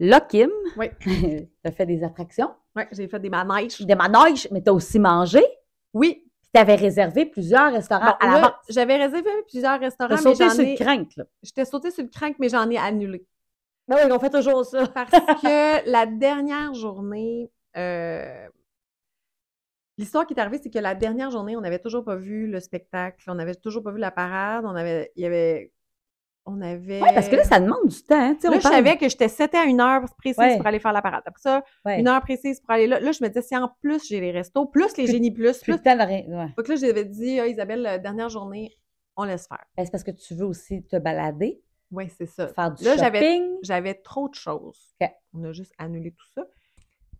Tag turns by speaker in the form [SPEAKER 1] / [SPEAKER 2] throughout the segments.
[SPEAKER 1] Lokim,
[SPEAKER 2] Oui.
[SPEAKER 1] tu as fait des attractions,
[SPEAKER 2] Ouais, j'ai fait des manèges.
[SPEAKER 1] des manèges, mais tu as aussi mangé.
[SPEAKER 2] Oui.
[SPEAKER 1] Tu avais réservé plusieurs restaurants à
[SPEAKER 2] Bon,
[SPEAKER 1] la
[SPEAKER 2] là,
[SPEAKER 1] base.
[SPEAKER 2] J'avais réservé plusieurs
[SPEAKER 1] Tu as
[SPEAKER 2] restaurants, mais
[SPEAKER 1] sauté
[SPEAKER 2] j'en
[SPEAKER 1] sur le
[SPEAKER 2] ai...
[SPEAKER 1] crank, là.
[SPEAKER 2] J'étais sautée sur le crank, mais j'en ai annulé.
[SPEAKER 1] Ben oui, on fait toujours ça.
[SPEAKER 2] Parce que la dernière journée... euh, L'histoire qui est arrivée, c'est que la dernière journée, on n'avait toujours pas vu le spectacle, on n'avait toujours pas vu la parade, on avait... Il y avait... On avait...
[SPEAKER 1] Ouais, parce que là, ça demande du temps. Hein, tu sais,
[SPEAKER 2] Là,
[SPEAKER 1] on
[SPEAKER 2] je
[SPEAKER 1] parle-
[SPEAKER 2] savais que j'étais setée à une heure précise
[SPEAKER 1] Ouais.
[SPEAKER 2] pour aller faire la parade. Après ça,
[SPEAKER 1] Ouais.
[SPEAKER 2] une heure précise pour aller là. Là, je me disais, si en plus j'ai les restos, plus les
[SPEAKER 1] Plus-
[SPEAKER 2] génies plus,
[SPEAKER 1] Plus
[SPEAKER 2] plus.
[SPEAKER 1] de temps de rien. ouais.
[SPEAKER 2] Donc là, j'avais dit, Ah, Isabelle, la dernière journée, on laisse faire.
[SPEAKER 1] Ben, c'est parce que tu veux aussi te balader,
[SPEAKER 2] Oui, c'est ça.
[SPEAKER 1] faire du
[SPEAKER 2] Là, j'avais-
[SPEAKER 1] shopping.
[SPEAKER 2] J'avais trop de choses.
[SPEAKER 1] Ok.
[SPEAKER 2] On a juste annulé tout ça.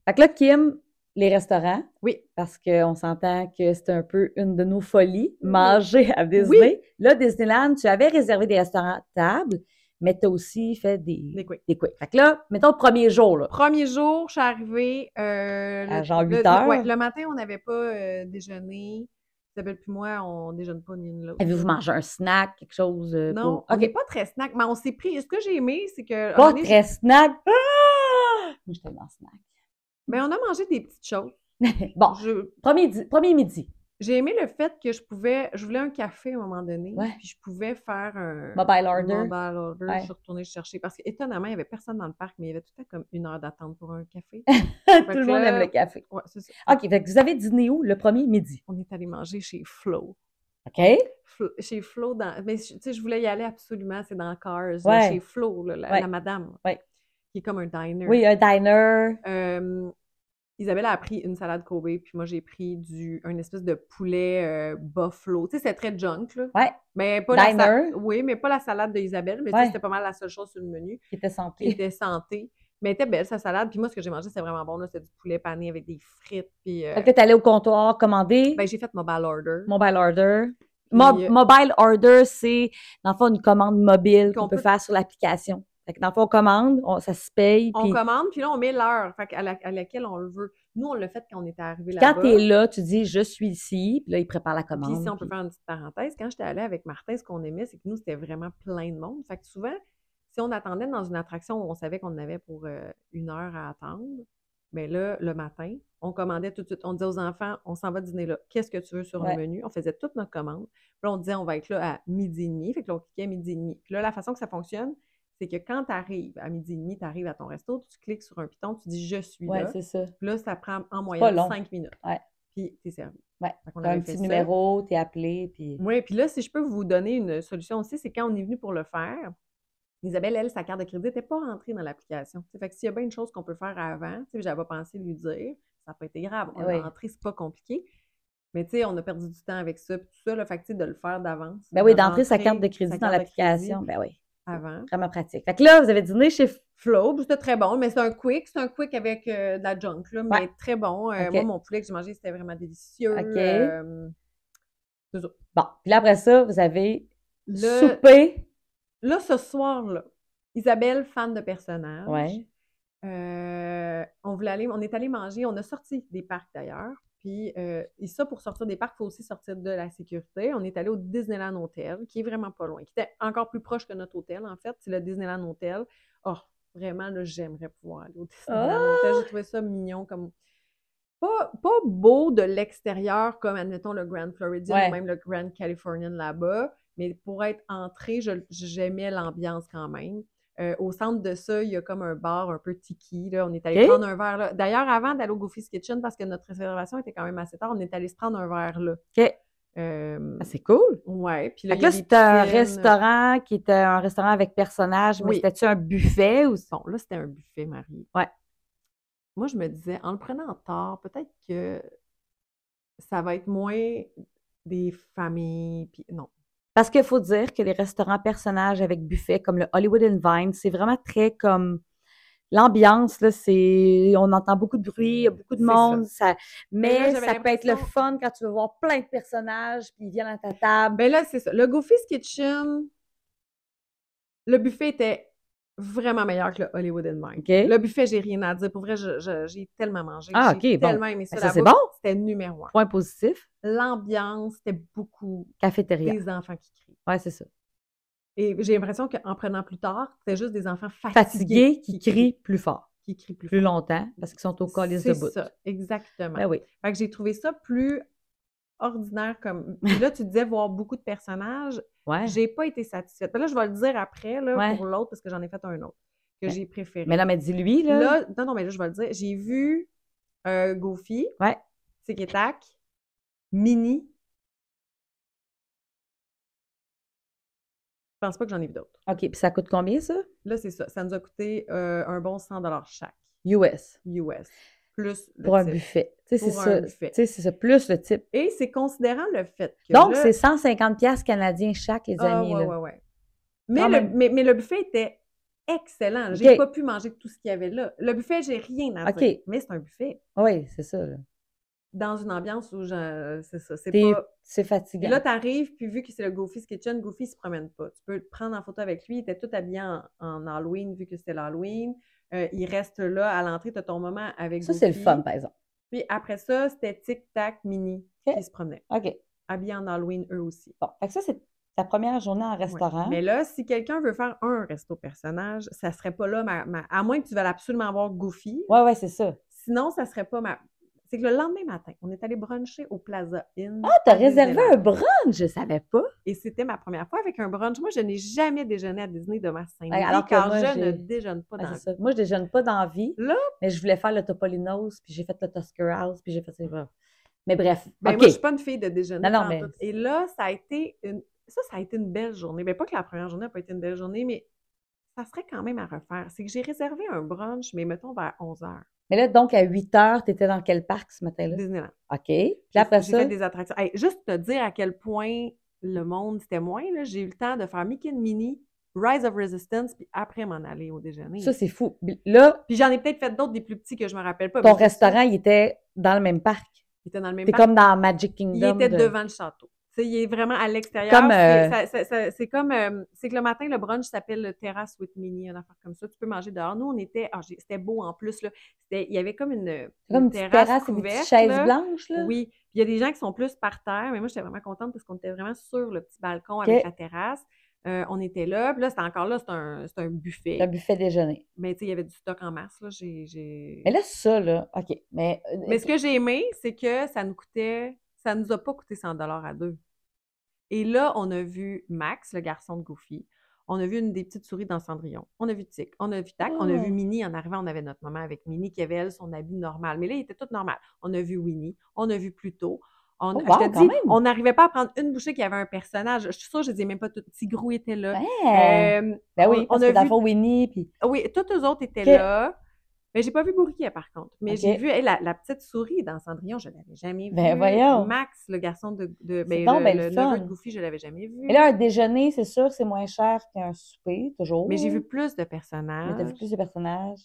[SPEAKER 1] Fait que là, Kim, les restaurants,
[SPEAKER 2] Oui,
[SPEAKER 1] parce qu'on s'entend que c'est un peu une de nos folies,
[SPEAKER 2] Oui.
[SPEAKER 1] manger à Disney. Là, Disneyland, tu avais réservé des restaurants tables, mais tu as aussi fait des,
[SPEAKER 2] des quicks.
[SPEAKER 1] des quicks. Fait que là, mettons le premier jour, là.
[SPEAKER 2] Premier jour, je suis arrivée. euh,
[SPEAKER 1] À
[SPEAKER 2] le-
[SPEAKER 1] genre
[SPEAKER 2] le-
[SPEAKER 1] 8 heures?
[SPEAKER 2] ouais, le matin, on n'avait pas euh, déjeuné. Isabelle puis moi, on déjeune pas ni une ni l'autre.
[SPEAKER 1] Avez-vous mangé un snack, quelque chose? euh,
[SPEAKER 2] Non,
[SPEAKER 1] pour-
[SPEAKER 2] on n'est
[SPEAKER 1] OK.
[SPEAKER 2] pas très snack, mais on s'est pris. Ce que j'ai aimé, c'est que. à un
[SPEAKER 1] Pas
[SPEAKER 2] moment donné,
[SPEAKER 1] très snack. Ah! Moi, j'étais dans le snack.
[SPEAKER 2] Mais ben, on a mangé des petites choses.
[SPEAKER 1] Bon,
[SPEAKER 2] Je-
[SPEAKER 1] premier, di- premier midi.
[SPEAKER 2] J'ai aimé le fait que je pouvais, je voulais un café à un moment donné,
[SPEAKER 1] Ouais.
[SPEAKER 2] puis je pouvais faire un
[SPEAKER 1] Mobile order.
[SPEAKER 2] Euh, mobile order.
[SPEAKER 1] Ouais.
[SPEAKER 2] ben, Je suis retournée chercher parce qu'étonnamment, il n'y avait personne dans le parc, mais il y avait tout le temps comme une heure d'attente pour un café.
[SPEAKER 1] Tout le
[SPEAKER 2] que
[SPEAKER 1] monde
[SPEAKER 2] là-
[SPEAKER 1] aime le café.
[SPEAKER 2] ouais, c'est ça.
[SPEAKER 1] OK, fait que vous avez dîné où le premier midi?
[SPEAKER 2] On est allé manger chez Flo.
[SPEAKER 1] OK?
[SPEAKER 2] Flo- Chez Flo, dans, mais je- tu sais, je voulais y aller absolument, c'est dans Cars, là,
[SPEAKER 1] Ouais.
[SPEAKER 2] chez Flo, là, la,
[SPEAKER 1] Ouais.
[SPEAKER 2] la madame,
[SPEAKER 1] Ouais.
[SPEAKER 2] qui est comme un diner.
[SPEAKER 1] Oui, un diner.
[SPEAKER 2] Euh, Isabelle a pris une salade Kobe, puis moi j'ai pris du un espèce de poulet euh, buffalo. Tu sais, c'est très junk, là.
[SPEAKER 1] Ouais.
[SPEAKER 2] Mais pas la sa-
[SPEAKER 1] Diner.
[SPEAKER 2] Oui, mais pas la salade d'Isabelle, mais tu sais,
[SPEAKER 1] Ouais.
[SPEAKER 2] c'était pas mal la seule chose sur le menu
[SPEAKER 1] qui était
[SPEAKER 2] qui
[SPEAKER 1] santé.
[SPEAKER 2] était santé. Mais elle était belle sa salade. Puis moi, ce que j'ai mangé, c'était vraiment bon. là. C'était du poulet pané avec des frites. Puis euh,
[SPEAKER 1] Fait que là, t'es allé au comptoir, commander.
[SPEAKER 2] ben, j'ai fait mobile order.
[SPEAKER 1] Mobile order. Mo-
[SPEAKER 2] Puis, euh,
[SPEAKER 1] Mobile order, c'est, dans le fond, une commande mobile qu'on
[SPEAKER 2] Qu'on
[SPEAKER 1] peut
[SPEAKER 2] peut-
[SPEAKER 1] faire sur l'application. Fait que dans le fond, on commande, on- ça se paye.
[SPEAKER 2] On
[SPEAKER 1] puis
[SPEAKER 2] commande, puis là, on met l'heure fait que à, la- à laquelle on le veut. Nous, on l'a fait quand on était arrivé là-bas.
[SPEAKER 1] quand t'es là, tu dis je suis ici, puis là, il prépare la
[SPEAKER 2] Puis
[SPEAKER 1] commande.
[SPEAKER 2] si on peut
[SPEAKER 1] puis-
[SPEAKER 2] faire une petite parenthèse, quand j'étais allée avec Martin, ce qu'on aimait, c'est que nous, c'était vraiment plein de monde. Fait que souvent, si on attendait dans une attraction où on savait qu'on en avait pour euh, une heure à attendre, mais là, le matin, on commandait tout de suite. On disait aux enfants, on s'en va dîner là. Qu'est-ce que tu veux sur
[SPEAKER 1] Ouais.
[SPEAKER 2] le menu? On faisait toute notre commande. Puis là, on disait, on va être là à midi et demi. Fait que là, on cliquait à midi et demi. Puis là, la façon que ça fonctionne, c'est que quand tu arrives à midi et demi, tu arrives à ton resto, tu cliques sur un piton, tu dis je suis
[SPEAKER 1] Ouais,
[SPEAKER 2] là.
[SPEAKER 1] c'est ça.
[SPEAKER 2] Puis là, ça prend en moyenne
[SPEAKER 1] long.
[SPEAKER 2] 5 minutes.
[SPEAKER 1] Ouais.
[SPEAKER 2] Puis t'es servi.
[SPEAKER 1] Ouais.
[SPEAKER 2] Fait qu'on
[SPEAKER 1] T'as un
[SPEAKER 2] avait fait
[SPEAKER 1] petit
[SPEAKER 2] ça.
[SPEAKER 1] numéro, t'es appelé, puis.
[SPEAKER 2] Oui, puis là, si je peux vous donner une solution aussi, c'est quand on est venu pour le faire, Isabelle, elle, sa carte de crédit n'était pas rentrée dans l'application. Tu sais, Fait que s'il y a bien une chose qu'on peut faire avant, tu sais, j'avais pensé lui dire, ça n'a pas été grave. On
[SPEAKER 1] Oui.
[SPEAKER 2] l'a rentrée, c'est pas compliqué. Mais tu sais, on a perdu du temps avec ça, puis tout ça, le fait que, tu sais, de le faire d'avance.
[SPEAKER 1] Ben oui,
[SPEAKER 2] de
[SPEAKER 1] d'entrer sa
[SPEAKER 2] rentrer
[SPEAKER 1] carte de crédit
[SPEAKER 2] sa
[SPEAKER 1] dans
[SPEAKER 2] carte de crédit
[SPEAKER 1] l'application. Ben oui,
[SPEAKER 2] Avant.
[SPEAKER 1] vraiment pratique. Fait que là, vous avez dîné chez.
[SPEAKER 2] Flow, c'était très bon, mais c'est un quick, c'est un quick avec euh, de la junk, là, mais
[SPEAKER 1] Ouais.
[SPEAKER 2] très bon. Euh,
[SPEAKER 1] Ok.
[SPEAKER 2] Moi, mon poulet que j'ai mangé, c'était vraiment délicieux.
[SPEAKER 1] Ok.
[SPEAKER 2] Euh,
[SPEAKER 1] Bon, puis là, après ça, vous avez
[SPEAKER 2] le-
[SPEAKER 1] soupé.
[SPEAKER 2] Là, ce soir-là, Isabelle, fan de personnages,
[SPEAKER 1] Ouais.
[SPEAKER 2] euh, on voulait aller, on est allé manger, on a sorti des parcs d'ailleurs. Puis, euh, et ça, pour sortir des parcs, il faut aussi sortir de la sécurité. On est allé au Disneyland Hotel, qui est vraiment pas loin, qui était encore plus proche que notre hôtel, en fait. C'est le Disneyland Hotel. Oh, vraiment, là, j'aimerais pouvoir aller au Disneyland Hotel. J'ai trouvé ça mignon comme. Pas, pas beau de l'extérieur, comme, admettons, le Grand Floridian
[SPEAKER 1] Ouais.
[SPEAKER 2] ou même le Grand Californian là-bas, mais pour être entrée, je- j'aimais l'ambiance quand même. Euh, au centre de ça, il y a comme un bar un peu tiki. Là. On est allé
[SPEAKER 1] Ok.
[SPEAKER 2] prendre un verre là. D'ailleurs, avant d'aller au Goofy's Kitchen, parce que notre réservation était quand même assez tard, on est allé se prendre un verre là.
[SPEAKER 1] OK.
[SPEAKER 2] Euh,
[SPEAKER 1] Ah, c'est cool.
[SPEAKER 2] ouais. Puis là,
[SPEAKER 1] Fait que
[SPEAKER 2] il y a
[SPEAKER 1] là,
[SPEAKER 2] des
[SPEAKER 1] c'était un
[SPEAKER 2] piscines.
[SPEAKER 1] restaurant qui était un restaurant avec personnage, mais
[SPEAKER 2] Oui.
[SPEAKER 1] c'était-tu un buffet ou
[SPEAKER 2] Bon, là, c'était un buffet, Marie.
[SPEAKER 1] Ouais.
[SPEAKER 2] Moi, je me disais, en le prenant tard, peut-être que ça va être moins des familles. Puis non.
[SPEAKER 1] Parce qu'il faut dire que les restaurants personnages avec buffet, comme le Hollywood and Vine, c'est vraiment très comme. L'ambiance, là, c'est. On entend beaucoup de bruit, il y a beaucoup de
[SPEAKER 2] Mm, C'est ça.
[SPEAKER 1] monde. Ça...
[SPEAKER 2] là,
[SPEAKER 1] Mais
[SPEAKER 2] j'avais
[SPEAKER 1] ça peut être le
[SPEAKER 2] l'impression-
[SPEAKER 1] fun quand tu veux voir plein de personnages, puis ils viennent à ta table.
[SPEAKER 2] Ben là, c'est ça. Le Goofy's Kitchen, le buffet était vraiment meilleur que le Hollywood and Mine.
[SPEAKER 1] OK?
[SPEAKER 2] Le buffet, j'ai rien à dire. Pour vrai, je- je- j'ai tellement mangé.
[SPEAKER 1] Ah,
[SPEAKER 2] J'ai
[SPEAKER 1] ok, bon.
[SPEAKER 2] tellement aimé ça.
[SPEAKER 1] Ben, ça,
[SPEAKER 2] la
[SPEAKER 1] c'est
[SPEAKER 2] bouffe,
[SPEAKER 1] bon.
[SPEAKER 2] C'était numéro un.
[SPEAKER 1] Point positif,
[SPEAKER 2] L'ambiance, c'était beaucoup
[SPEAKER 1] cafétéria.
[SPEAKER 2] des enfants qui crient.
[SPEAKER 1] Ouais, c'est ça.
[SPEAKER 2] Et j'ai l'impression qu'en prenant plus tard, c'était juste des enfants fatigués,
[SPEAKER 1] Fatigués qui crient plus fort,
[SPEAKER 2] qui crient plus
[SPEAKER 1] plus longtemps, parce qu'ils sont au
[SPEAKER 2] fort.
[SPEAKER 1] calice de bout.
[SPEAKER 2] ça, exactement.
[SPEAKER 1] Ben oui.
[SPEAKER 2] Fait que j'ai trouvé ça plus ordinaire comme. Puis là, tu disais voir beaucoup de personnages.
[SPEAKER 1] Ouais.
[SPEAKER 2] J'ai pas été satisfaite. Ben là, je vais le dire après là,
[SPEAKER 1] Ouais.
[SPEAKER 2] pour l'autre parce que j'en ai fait un autre que
[SPEAKER 1] Ben,
[SPEAKER 2] j'ai préféré.
[SPEAKER 1] Mais là, mais dis-lui, là.
[SPEAKER 2] Là, non, non, mais là, je vais le dire. J'ai vu euh, Goofy,
[SPEAKER 1] Ouais.
[SPEAKER 2] Tic et Tac, Mini. Je pense pas que j'en ai vu d'autres.
[SPEAKER 1] OK, puis ça coûte combien, ça?
[SPEAKER 2] Là, c'est ça. Ça nous a coûté euh, un bon 100 chaque,
[SPEAKER 1] US,
[SPEAKER 2] US. Plus le
[SPEAKER 1] pour un
[SPEAKER 2] type.
[SPEAKER 1] buffet. Tu sais, c'est
[SPEAKER 2] Pour un
[SPEAKER 1] ça. Tu
[SPEAKER 2] buffet.
[SPEAKER 1] sais, c'est ça, plus le type.
[SPEAKER 2] Et c'est considérant le fait que.
[SPEAKER 1] Donc,
[SPEAKER 2] là-
[SPEAKER 1] c'est 150 pièces canadiens chaque, les
[SPEAKER 2] Ah,
[SPEAKER 1] amis.
[SPEAKER 2] ouais,
[SPEAKER 1] là.
[SPEAKER 2] ouais, ouais. Mais,
[SPEAKER 1] Quand
[SPEAKER 2] le,
[SPEAKER 1] même.
[SPEAKER 2] mais, mais le buffet était excellent. J'ai
[SPEAKER 1] Ok.
[SPEAKER 2] pas pu manger tout ce qu'il y avait là. Le buffet, j'ai rien à
[SPEAKER 1] Ok.
[SPEAKER 2] dire. Mais c'est un buffet.
[SPEAKER 1] Oui, c'est ça. là.
[SPEAKER 2] Dans une ambiance où je- c'est ça. C'est
[SPEAKER 1] T'es-
[SPEAKER 2] pas.
[SPEAKER 1] C'est
[SPEAKER 2] Puis
[SPEAKER 1] fatigant.
[SPEAKER 2] là, t'arrives, puis vu que c'est le Goofy's Kitchen, Goofy se promène pas. Tu peux te prendre en photo avec lui. Il était tout habillé en, en Halloween, vu que c'était l'Halloween. Euh, il reste là à l'entrée, t'as ton moment avec
[SPEAKER 1] ça, c'est le
[SPEAKER 2] Goofy.
[SPEAKER 1] fun, par exemple.
[SPEAKER 2] Puis après ça, c'était Tic Tac Mini
[SPEAKER 1] Ok.
[SPEAKER 2] qui se promenait.
[SPEAKER 1] OK.
[SPEAKER 2] Habillé en Halloween, eux aussi.
[SPEAKER 1] Bon, fait que ça, c'est ta première journée en
[SPEAKER 2] Ouais.
[SPEAKER 1] restaurant.
[SPEAKER 2] Mais là, si quelqu'un veut faire un resto personnage, ça serait pas là ma, ma- à moins que tu veuilles absolument avoir Goofy.
[SPEAKER 1] Ouais, ouais, c'est ça.
[SPEAKER 2] Sinon, ça serait pas ma c'est que le lendemain matin, on est allé bruncher au Plaza Inn.
[SPEAKER 1] Ah, t'as
[SPEAKER 2] à
[SPEAKER 1] réservé
[SPEAKER 2] Disneyland.
[SPEAKER 1] un brunch, je savais pas.
[SPEAKER 2] Et c'était ma première fois avec un brunch. Moi, je n'ai jamais déjeuné à Disney de ma sainte
[SPEAKER 1] Ouais, alors que
[SPEAKER 2] car
[SPEAKER 1] moi,
[SPEAKER 2] je ne
[SPEAKER 1] j'ai-
[SPEAKER 2] déjeune pas
[SPEAKER 1] Ouais,
[SPEAKER 2] dans
[SPEAKER 1] c'est ça.
[SPEAKER 2] la
[SPEAKER 1] Moi, je déjeune pas d'envie.
[SPEAKER 2] Là-
[SPEAKER 1] Mais je voulais faire le Topolinos, puis j'ai fait le Tusker House, puis j'ai fait. Mais bref.
[SPEAKER 2] Ben,
[SPEAKER 1] OK.
[SPEAKER 2] moi, je suis pas une fille de déjeuner.
[SPEAKER 1] Non, non,
[SPEAKER 2] pantoute.
[SPEAKER 1] mais-
[SPEAKER 2] Et là, ça a été une... ça, ça a été une belle journée. Ben, pas que la première journée n'a pas été une belle journée, mais ça serait quand même à refaire. C'est que j'ai réservé un brunch, mais mettons vers 11 h
[SPEAKER 1] Mais là, donc, à 8 heures, t'étais dans quel parc ce matin-là?
[SPEAKER 2] Disneyland.
[SPEAKER 1] OK. Puis
[SPEAKER 2] J'ai-
[SPEAKER 1] après
[SPEAKER 2] j'ai
[SPEAKER 1] ça.
[SPEAKER 2] fait des attractions. Hey, juste te dire à quel point le monde c'était moins, là, j'ai eu le temps de faire Mickey and Minnie, Rise of Resistance, puis après m'en aller au déjeuner.
[SPEAKER 1] Ça, c'est fou. Là,
[SPEAKER 2] Puis j'en ai peut-être fait d'autres des plus petits que je me rappelle pas.
[SPEAKER 1] ton
[SPEAKER 2] mais c'est ça,
[SPEAKER 1] restaurant, il était dans le même parc.
[SPEAKER 2] Il était dans le même
[SPEAKER 1] T'es
[SPEAKER 2] parc.
[SPEAKER 1] comme dans Magic
[SPEAKER 2] Il
[SPEAKER 1] Kingdom.
[SPEAKER 2] était
[SPEAKER 1] de-
[SPEAKER 2] devant le château. Tu sais, il est vraiment à l'extérieur.
[SPEAKER 1] Comme,
[SPEAKER 2] C'est-
[SPEAKER 1] euh,
[SPEAKER 2] ça- ça- ça- C'est comme. euh, c'est que le matin, le brunch s'appelle le Terrace with Mini, une affaire comme ça. Tu peux manger dehors. Nous, on était. ah, j'ai- C'était beau en plus. Là. C'était- Il y avait comme une,
[SPEAKER 1] C'est comme
[SPEAKER 2] une
[SPEAKER 1] une petite terrasse et des petites chaises
[SPEAKER 2] là.
[SPEAKER 1] blanches, là.
[SPEAKER 2] Oui. Puis il y a des gens qui sont plus par terre, mais moi, j'étais vraiment contente parce qu'on était vraiment sur le petit balcon avec
[SPEAKER 1] Ok.
[SPEAKER 2] la terrasse. Euh, on était là, puis là, c'était encore là, c'est un, c'est un buffet.
[SPEAKER 1] Le buffet déjeuner.
[SPEAKER 2] Mais tu sais, il y avait du stock en masse, là. J'ai, j'ai-
[SPEAKER 1] Mais là, ça, là, OK. Mais, euh,
[SPEAKER 2] Mais ce que j'ai aimé, c'est que ça nous coûtait, ça nous a pas coûté 100 à deux. Et là, on a vu Max, le garçon de Goofy. On a vu une des petites souris dans Cendrillon. On a vu Tic, on a vu Tac, on a vu
[SPEAKER 1] Oh.
[SPEAKER 2] Minnie. En arrivant, on avait notre maman avec Minnie qui avait, elle, son habit normal. Mais là, il était tout normal. On a vu Winnie, on a vu Pluto. On,
[SPEAKER 1] Oh,
[SPEAKER 2] je
[SPEAKER 1] wow,
[SPEAKER 2] te
[SPEAKER 1] quand
[SPEAKER 2] dis,
[SPEAKER 1] même.
[SPEAKER 2] on n'arrivait pas à prendre une bouchée qui avait un personnage. Je suis sûre, je disais même pas tout. Tigrou était là.
[SPEAKER 1] ben,
[SPEAKER 2] Euh,
[SPEAKER 1] ben oui,
[SPEAKER 2] on- on
[SPEAKER 1] parce
[SPEAKER 2] a
[SPEAKER 1] que dans le
[SPEAKER 2] vu-
[SPEAKER 1] fond, Winnie, puis
[SPEAKER 2] oui, tous eux autres étaient
[SPEAKER 1] Ok.
[SPEAKER 2] là. Mais j'ai pas vu Bourriquet, par contre. Mais
[SPEAKER 1] Ok.
[SPEAKER 2] j'ai vu hey, la, la petite souris dans Cendrillon, je l'avais jamais
[SPEAKER 1] Ben,
[SPEAKER 2] vue.
[SPEAKER 1] voyons.
[SPEAKER 2] Max, le garçon de, de ben,
[SPEAKER 1] donc
[SPEAKER 2] le,
[SPEAKER 1] ben le
[SPEAKER 2] le neveu
[SPEAKER 1] fun.
[SPEAKER 2] de Goofy, je l'avais jamais vu.
[SPEAKER 1] Mais là, un déjeuner, c'est sûr que c'est moins cher qu'un souper, toujours.
[SPEAKER 2] Mais j'ai vu plus de personnages.
[SPEAKER 1] Mais t'as vu plus de personnages.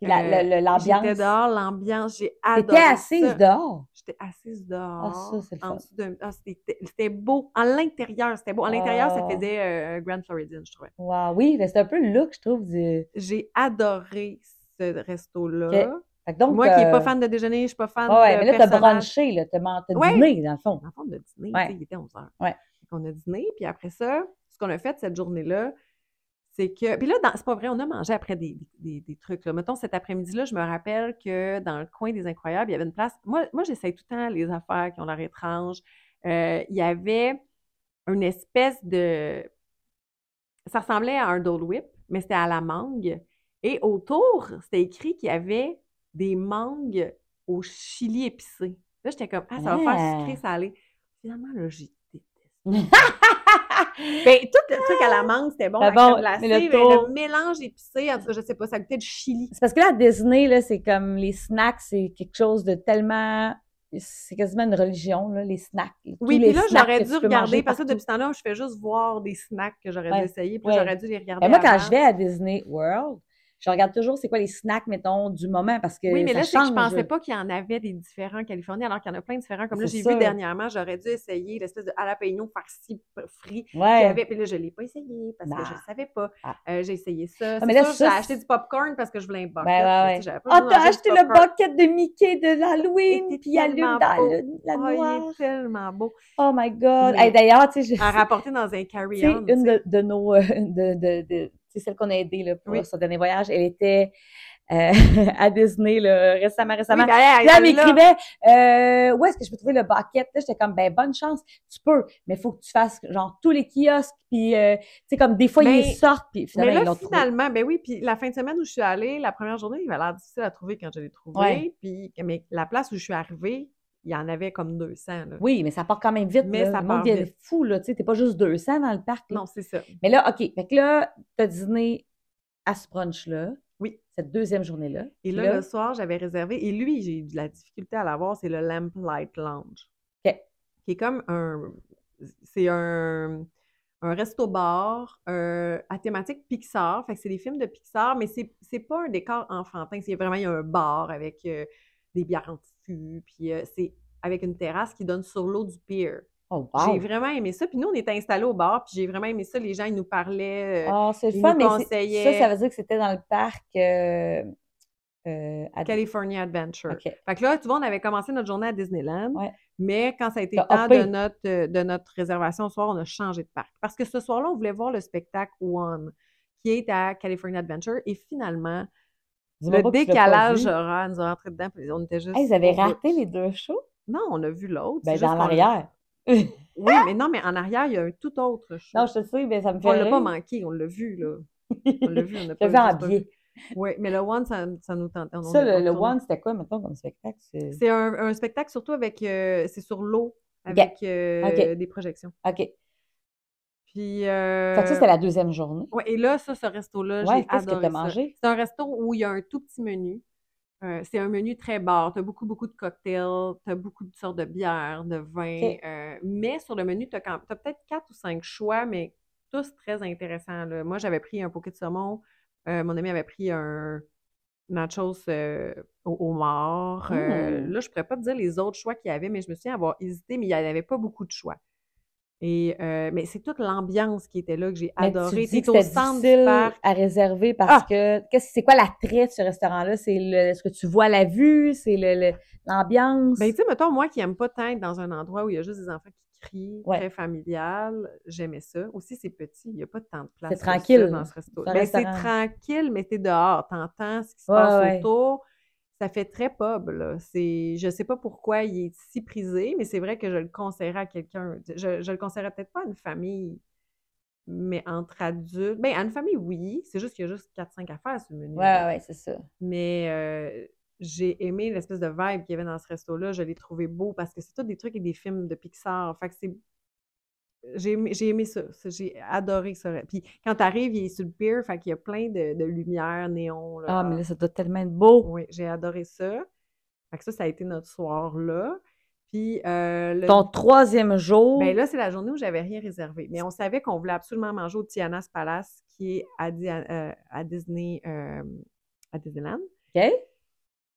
[SPEAKER 1] Puis la-
[SPEAKER 2] Euh,
[SPEAKER 1] le- le- l'ambiance.
[SPEAKER 2] J'étais dehors, l'ambiance, j'ai adoré.
[SPEAKER 1] T'étais assise
[SPEAKER 2] ça.
[SPEAKER 1] dehors. Ah,
[SPEAKER 2] J'étais assise dehors.
[SPEAKER 1] ça, c'est le
[SPEAKER 2] en
[SPEAKER 1] fun.
[SPEAKER 2] dessous d'un- ah, c'était c'était beau. À l'intérieur, c'était beau. À l'intérieur, ça
[SPEAKER 1] Ah.
[SPEAKER 2] faisait euh, Grand Floridian, je trouvais.
[SPEAKER 1] Wow, oui, mais c'est un peu le look, je trouve. Du...
[SPEAKER 2] J'ai adoré ce resto-là.
[SPEAKER 1] Ok. Fait que donc,
[SPEAKER 2] Moi qui n'ai
[SPEAKER 1] euh,
[SPEAKER 2] pas fan de déjeuner, je suis pas fan
[SPEAKER 1] ouais,
[SPEAKER 2] de
[SPEAKER 1] mais là, t'as
[SPEAKER 2] personnages.
[SPEAKER 1] brunché, là. T'as man- t'as
[SPEAKER 2] Ouais.
[SPEAKER 1] dîné, dans le fond.
[SPEAKER 2] dans le fond, on a dîné, tu
[SPEAKER 1] Ouais.
[SPEAKER 2] sais, il était 11 heures.
[SPEAKER 1] Ouais.
[SPEAKER 2] On a dîné, puis après ça, ce qu'on a fait cette journée-là, c'est que. Puis là, dans- c'est pas vrai, on a mangé après des, des- des trucs. Là. Mettons, cet après-midi-là, je me rappelle que dans le coin des Incroyables, il y avait une place. Moi, moi j'essaye tout le temps les affaires qui ont l'air étranges. Euh, il y avait une espèce de. Ça ressemblait à un Dole Whip, mais c'était à la mangue. Et autour, c'était écrit qu'il y avait des mangues au chili épicé. Là, j'étais comme, ah, ça va faire
[SPEAKER 1] Ah.
[SPEAKER 2] sucré, salé. Finalement, là, j'ai détesté. ben, tout le truc à la mangue, c'était bon.
[SPEAKER 1] Ah
[SPEAKER 2] la crème
[SPEAKER 1] bon, mais
[SPEAKER 2] glacée,
[SPEAKER 1] le
[SPEAKER 2] mais
[SPEAKER 1] tour.
[SPEAKER 2] le mélange épicé, en tout cas, je sais pas, ça goûtait du chili.
[SPEAKER 1] C'est parce que là, à Disney, là, c'est comme les snacks, c'est quelque chose de tellement. C'est quasiment une religion, là, les snacks.
[SPEAKER 2] Oui,
[SPEAKER 1] les
[SPEAKER 2] puis là,
[SPEAKER 1] snacks
[SPEAKER 2] j'aurais
[SPEAKER 1] que
[SPEAKER 2] dû
[SPEAKER 1] tu peux
[SPEAKER 2] regarder,
[SPEAKER 1] manger
[SPEAKER 2] parce que
[SPEAKER 1] partout.
[SPEAKER 2] depuis ce temps-là, je fais juste voir des snacks que j'aurais
[SPEAKER 1] Ouais,
[SPEAKER 2] dû essayer, puis
[SPEAKER 1] ouais.
[SPEAKER 2] j'aurais dû les regarder.
[SPEAKER 1] Ben, moi, quand
[SPEAKER 2] avant.
[SPEAKER 1] je vais à Disney World, je regarde toujours c'est quoi les snacks, mettons, du moment parce que.
[SPEAKER 2] Oui, mais
[SPEAKER 1] ça
[SPEAKER 2] là, c'est que je
[SPEAKER 1] change.
[SPEAKER 2] pensais pas qu'il y en avait des différents en Californie, alors qu'il y en a plein de différents. Comme là,
[SPEAKER 1] C'est
[SPEAKER 2] j'ai
[SPEAKER 1] ça.
[SPEAKER 2] vu dernièrement, j'aurais dû essayer l'espèce de jalapeno farci frit qu'il y
[SPEAKER 1] Ouais.
[SPEAKER 2] avait. Puis là, je ne l'ai pas essayé parce
[SPEAKER 1] Non.
[SPEAKER 2] que je ne savais pas.
[SPEAKER 1] Ah.
[SPEAKER 2] Euh, j'ai essayé ça.
[SPEAKER 1] mais
[SPEAKER 2] mais
[SPEAKER 1] là,
[SPEAKER 2] là, j'ai
[SPEAKER 1] ça,
[SPEAKER 2] acheté du popcorn parce que je voulais un bucket.
[SPEAKER 1] ouais,
[SPEAKER 2] mais tu
[SPEAKER 1] ouais.
[SPEAKER 2] sais, j'avais pas
[SPEAKER 1] Ah,
[SPEAKER 2] le goût de
[SPEAKER 1] t'as
[SPEAKER 2] manger du
[SPEAKER 1] acheté le
[SPEAKER 2] popcorn.
[SPEAKER 1] bucket de Mickey de l'Halloween,
[SPEAKER 2] C'était
[SPEAKER 1] puis il allume
[SPEAKER 2] tellement
[SPEAKER 1] dans
[SPEAKER 2] beau.
[SPEAKER 1] le- la
[SPEAKER 2] Ah, il
[SPEAKER 1] noire.
[SPEAKER 2] est tellement beau.
[SPEAKER 1] Oh my God!
[SPEAKER 2] Mais-
[SPEAKER 1] Hey, D'ailleurs, tu sais, je-
[SPEAKER 2] À rapporter dans un
[SPEAKER 1] tu sais,
[SPEAKER 2] carry-on.
[SPEAKER 1] une de, de nos... euh, De, de, de- tu sais, celle qu'on a aidée là, pour
[SPEAKER 2] Oui.
[SPEAKER 1] son dernier voyage, elle était euh, à Disney là, récemment, récemment.
[SPEAKER 2] Oui, ben, elle-
[SPEAKER 1] Puis là, elle
[SPEAKER 2] elle l'a.
[SPEAKER 1] m'écrivait euh, où est-ce que je peux trouver le bucket? Là, j'étais comme ben bonne chance, tu peux, mais il faut que tu fasses genre tous les kiosques, puis euh, tu sais comme des fois
[SPEAKER 2] Mais-
[SPEAKER 1] ils sortent, puis finalement
[SPEAKER 2] Mais
[SPEAKER 1] ils l'ont
[SPEAKER 2] là,
[SPEAKER 1] trouvé.
[SPEAKER 2] finalement, ben oui, puis la fin de semaine où je suis allée, la première journée, il m'a l'air difficile à trouver quand je l'ai trouvé.
[SPEAKER 1] Ouais.
[SPEAKER 2] Puis, mais la place où je suis arrivée, il y en avait comme 200. là.
[SPEAKER 1] Oui, mais ça part quand même vite.
[SPEAKER 2] Mais
[SPEAKER 1] là.
[SPEAKER 2] ça
[SPEAKER 1] le
[SPEAKER 2] part
[SPEAKER 1] monde vient
[SPEAKER 2] vite.
[SPEAKER 1] fou là, tu sais, t'es pas juste 200 dans le parc. là.
[SPEAKER 2] Non, c'est ça.
[SPEAKER 1] Mais là, ok, fait que là t'as dîné à ce brunch là.
[SPEAKER 2] Oui.
[SPEAKER 1] Cette deuxième journée là.
[SPEAKER 2] Et là, le soir, j'avais réservé. Et lui, j'ai eu de la difficulté à l'avoir, c'est le Lamplight Lounge.
[SPEAKER 1] OK.
[SPEAKER 2] Qui est comme un. C'est un. Un resto-bar euh, à thématique Pixar. Fait que c'est des films de Pixar, mais c'est, c'est pas un décor enfantin. C'est vraiment, il y a un bar avec euh, des bières en fût, puis euh, c'est avec une terrasse qui donne sur l'eau du pier.
[SPEAKER 1] oh wow.
[SPEAKER 2] J'ai vraiment aimé ça. Puis nous, on était installés au bar, puis j'ai vraiment aimé ça. Les gens, ils nous parlaient. euh,
[SPEAKER 1] Ah, c'est le
[SPEAKER 2] il
[SPEAKER 1] fun,
[SPEAKER 2] nous
[SPEAKER 1] mais c'est- ça,
[SPEAKER 2] conseillait-
[SPEAKER 1] ça veut dire que c'était dans le parc euh, euh, à
[SPEAKER 2] California Adventure.
[SPEAKER 1] OK.
[SPEAKER 2] Fait que là, tu vois, on avait commencé notre journée à Disneyland,
[SPEAKER 1] Ouais.
[SPEAKER 2] mais quand ça a été
[SPEAKER 1] T'as
[SPEAKER 2] le temps
[SPEAKER 1] hoppé.
[SPEAKER 2] de notre, euh, de notre réservation au soir, on a changé de parc. Parce que ce soir-là, on voulait voir le spectacle One, qui est à California Adventure, et finalement,
[SPEAKER 1] Dis-moi
[SPEAKER 2] le
[SPEAKER 1] pas que tu l'as pas
[SPEAKER 2] décalage
[SPEAKER 1] vu.
[SPEAKER 2] horaire nous a rentré dedans, puis on était juste...
[SPEAKER 1] Hey, ils avaient
[SPEAKER 2] on veut-
[SPEAKER 1] raté les deux shows?
[SPEAKER 2] Non, on a vu l'autre.
[SPEAKER 1] Ben,
[SPEAKER 2] c'est juste
[SPEAKER 1] dans
[SPEAKER 2] qu'on-
[SPEAKER 1] l'arrière. non,
[SPEAKER 2] Oui, mais non, mais en arrière, il y a un tout autre show.
[SPEAKER 1] je te sais, mais ça me fait
[SPEAKER 2] on l'a
[SPEAKER 1] rire.
[SPEAKER 2] pas manqué, on l'a vu, là. On l'a vu, on
[SPEAKER 1] Je
[SPEAKER 2] n'a pas
[SPEAKER 1] le fais en
[SPEAKER 2] juste pas
[SPEAKER 1] biais.
[SPEAKER 2] Oui, mais le One, ça, ça nous tentait. on
[SPEAKER 1] Ça,
[SPEAKER 2] est pas
[SPEAKER 1] le, le
[SPEAKER 2] retourné.
[SPEAKER 1] One, c'était quoi, mettons, comme spectacle? C'est-
[SPEAKER 2] C'est un, un spectacle surtout avec. euh, c'est sur l'eau, avec euh,
[SPEAKER 1] Ok.
[SPEAKER 2] des projections.
[SPEAKER 1] OK. Fait
[SPEAKER 2] Puis. Euh,
[SPEAKER 1] que ça, c'était la deuxième journée.
[SPEAKER 2] ouais, et là, ça, ce resto-là,
[SPEAKER 1] Ouais,
[SPEAKER 2] j'ai
[SPEAKER 1] qu'est-ce que
[SPEAKER 2] adoré
[SPEAKER 1] t'as
[SPEAKER 2] ça.
[SPEAKER 1] mangé?
[SPEAKER 2] C'est un resto où il y a un tout petit menu. Euh, c'est un menu très bar. Tu as beaucoup, beaucoup de cocktails, tu as beaucoup de sortes de bières, de vins.
[SPEAKER 1] Ok.
[SPEAKER 2] euh, mais sur le menu, tu as, peut-être quatre ou cinq choix, mais tous très intéressants. là. Moi, j'avais pris un poké de saumon. euh, mon ami avait pris un nachos euh, au homard. Euh,
[SPEAKER 1] Mm.
[SPEAKER 2] là, je pourrais pas te dire les autres choix qu'il y avait, mais je me souviens avoir hésité, mais il n'y en avait pas beaucoup de choix. Et, euh, mais c'est toute l'ambiance qui était là que j'ai
[SPEAKER 1] Mais
[SPEAKER 2] adoré.
[SPEAKER 1] tu dis
[SPEAKER 2] T'es
[SPEAKER 1] que
[SPEAKER 2] au
[SPEAKER 1] c'était
[SPEAKER 2] centre
[SPEAKER 1] difficile
[SPEAKER 2] du parc.
[SPEAKER 1] à réserver parce
[SPEAKER 2] Ah!
[SPEAKER 1] que... Qu'est-ce, c'est quoi l'attrait de ce restaurant-là? C'est le, ce que tu vois à la vue? C'est le, le- l'ambiance?
[SPEAKER 2] Ben, tu sais, mettons, moi qui aime pas tant être dans un endroit où il y a juste des enfants qui crient,
[SPEAKER 1] Ouais.
[SPEAKER 2] très familial, j'aimais ça. Aussi, c'est petit, il n'y a pas tant de place.
[SPEAKER 1] C'est
[SPEAKER 2] que ça
[SPEAKER 1] tranquille,
[SPEAKER 2] Dans ce resto.
[SPEAKER 1] c'est un
[SPEAKER 2] Ben, c'est
[SPEAKER 1] restaurant.
[SPEAKER 2] tranquille, mais t'es dehors, t'entends ce qui se
[SPEAKER 1] Ouais,
[SPEAKER 2] passe
[SPEAKER 1] ouais.
[SPEAKER 2] autour. Ça fait très pub, là. C'est, je sais pas pourquoi il est si prisé, mais c'est vrai que je le conseillerais à quelqu'un. Je, je le conseillerais peut-être pas à une famille, mais entre adultes. Ben, à une famille, oui. C'est juste qu'il y a juste 4-5 affaires sur le menu. là.
[SPEAKER 1] ouais, ouais, c'est ça.
[SPEAKER 2] Mais euh, j'ai aimé l'espèce de vibe qu'il y avait dans ce resto-là. Je l'ai trouvé beau parce que c'est tout des trucs et des films de Pixar. Fait que c'est. J'ai aimé, j'ai aimé ça. Ça, J'ai adoré ça. Puis quand t'arrives, il est sur le pier, fait qu'il y a plein de, de lumière, néon. Là.
[SPEAKER 1] Ah, mais là, ça doit tellement être beau.
[SPEAKER 2] Oui, j'ai adoré ça. Fait que ça, ça a été notre soir-là. Puis euh, le.
[SPEAKER 1] Ton troisième jour...
[SPEAKER 2] Ben là, c'est la journée où j'avais rien réservé. Mais on savait qu'on voulait absolument manger au Tiana's Palace, qui est à, Di- euh, à Disney, euh, à Disneyland
[SPEAKER 1] OK?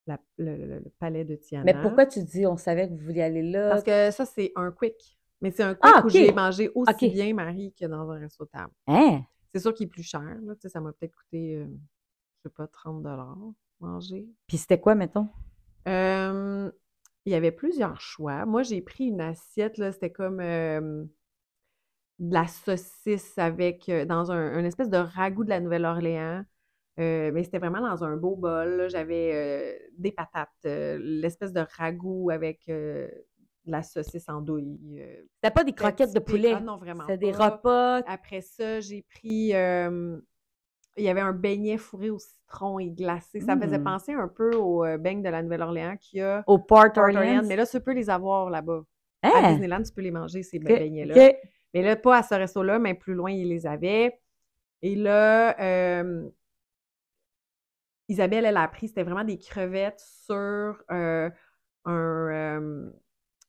[SPEAKER 2] la- le, le- le palais de Tiana.
[SPEAKER 1] Mais pourquoi tu dis on savait que vous vouliez aller là?
[SPEAKER 2] hein? Parce que ça, c'est un quick. Mais c'est un quick
[SPEAKER 1] Ah,
[SPEAKER 2] où
[SPEAKER 1] ok.
[SPEAKER 2] j'ai mangé aussi
[SPEAKER 1] Ok.
[SPEAKER 2] bien, Marie, que dans un resto de table.
[SPEAKER 1] Hein?
[SPEAKER 2] C'est sûr qu'il est plus cher. là. Tu sais, ça m'a peut-être coûté, euh, je sais pas, 30 manger.
[SPEAKER 1] Puis c'était quoi, mettons?
[SPEAKER 2] Euh, il y avait plusieurs choix. Moi, j'ai pris une assiette, là, c'était comme euh, de la saucisse avec, euh, dans un, un espèce de ragoût de la Nouvelle-Orléans. Euh, mais c'était vraiment dans un beau bol. là. J'avais euh, des patates, euh, l'espèce de ragoût avec euh, de la saucisse en douille. euh,
[SPEAKER 1] C'était pas des
[SPEAKER 2] très
[SPEAKER 1] croquettes de
[SPEAKER 2] typé.
[SPEAKER 1] poulet.
[SPEAKER 2] Ah non, vraiment
[SPEAKER 1] C'était des
[SPEAKER 2] pas.
[SPEAKER 1] repas.
[SPEAKER 2] Après ça, j'ai pris. euh, il y avait un beignet fourré au citron et glacé. Ça me faisait
[SPEAKER 1] Mm.
[SPEAKER 2] penser un peu au euh, beignet de la Nouvelle-Orléans qui a
[SPEAKER 1] Au Port
[SPEAKER 2] Port
[SPEAKER 1] Orleans.
[SPEAKER 2] Orleans, Mais là, tu peux les avoir là-bas. À
[SPEAKER 1] Hein?
[SPEAKER 2] Disneyland, tu peux les manger, ces
[SPEAKER 1] Ok,
[SPEAKER 2] beignets-là.
[SPEAKER 1] ok.
[SPEAKER 2] Mais là, pas à ce resto-là, mais plus loin, ils les avaient. Et là, euh, Isabelle, elle a appris, c'était vraiment des crevettes sur euh, un. euh,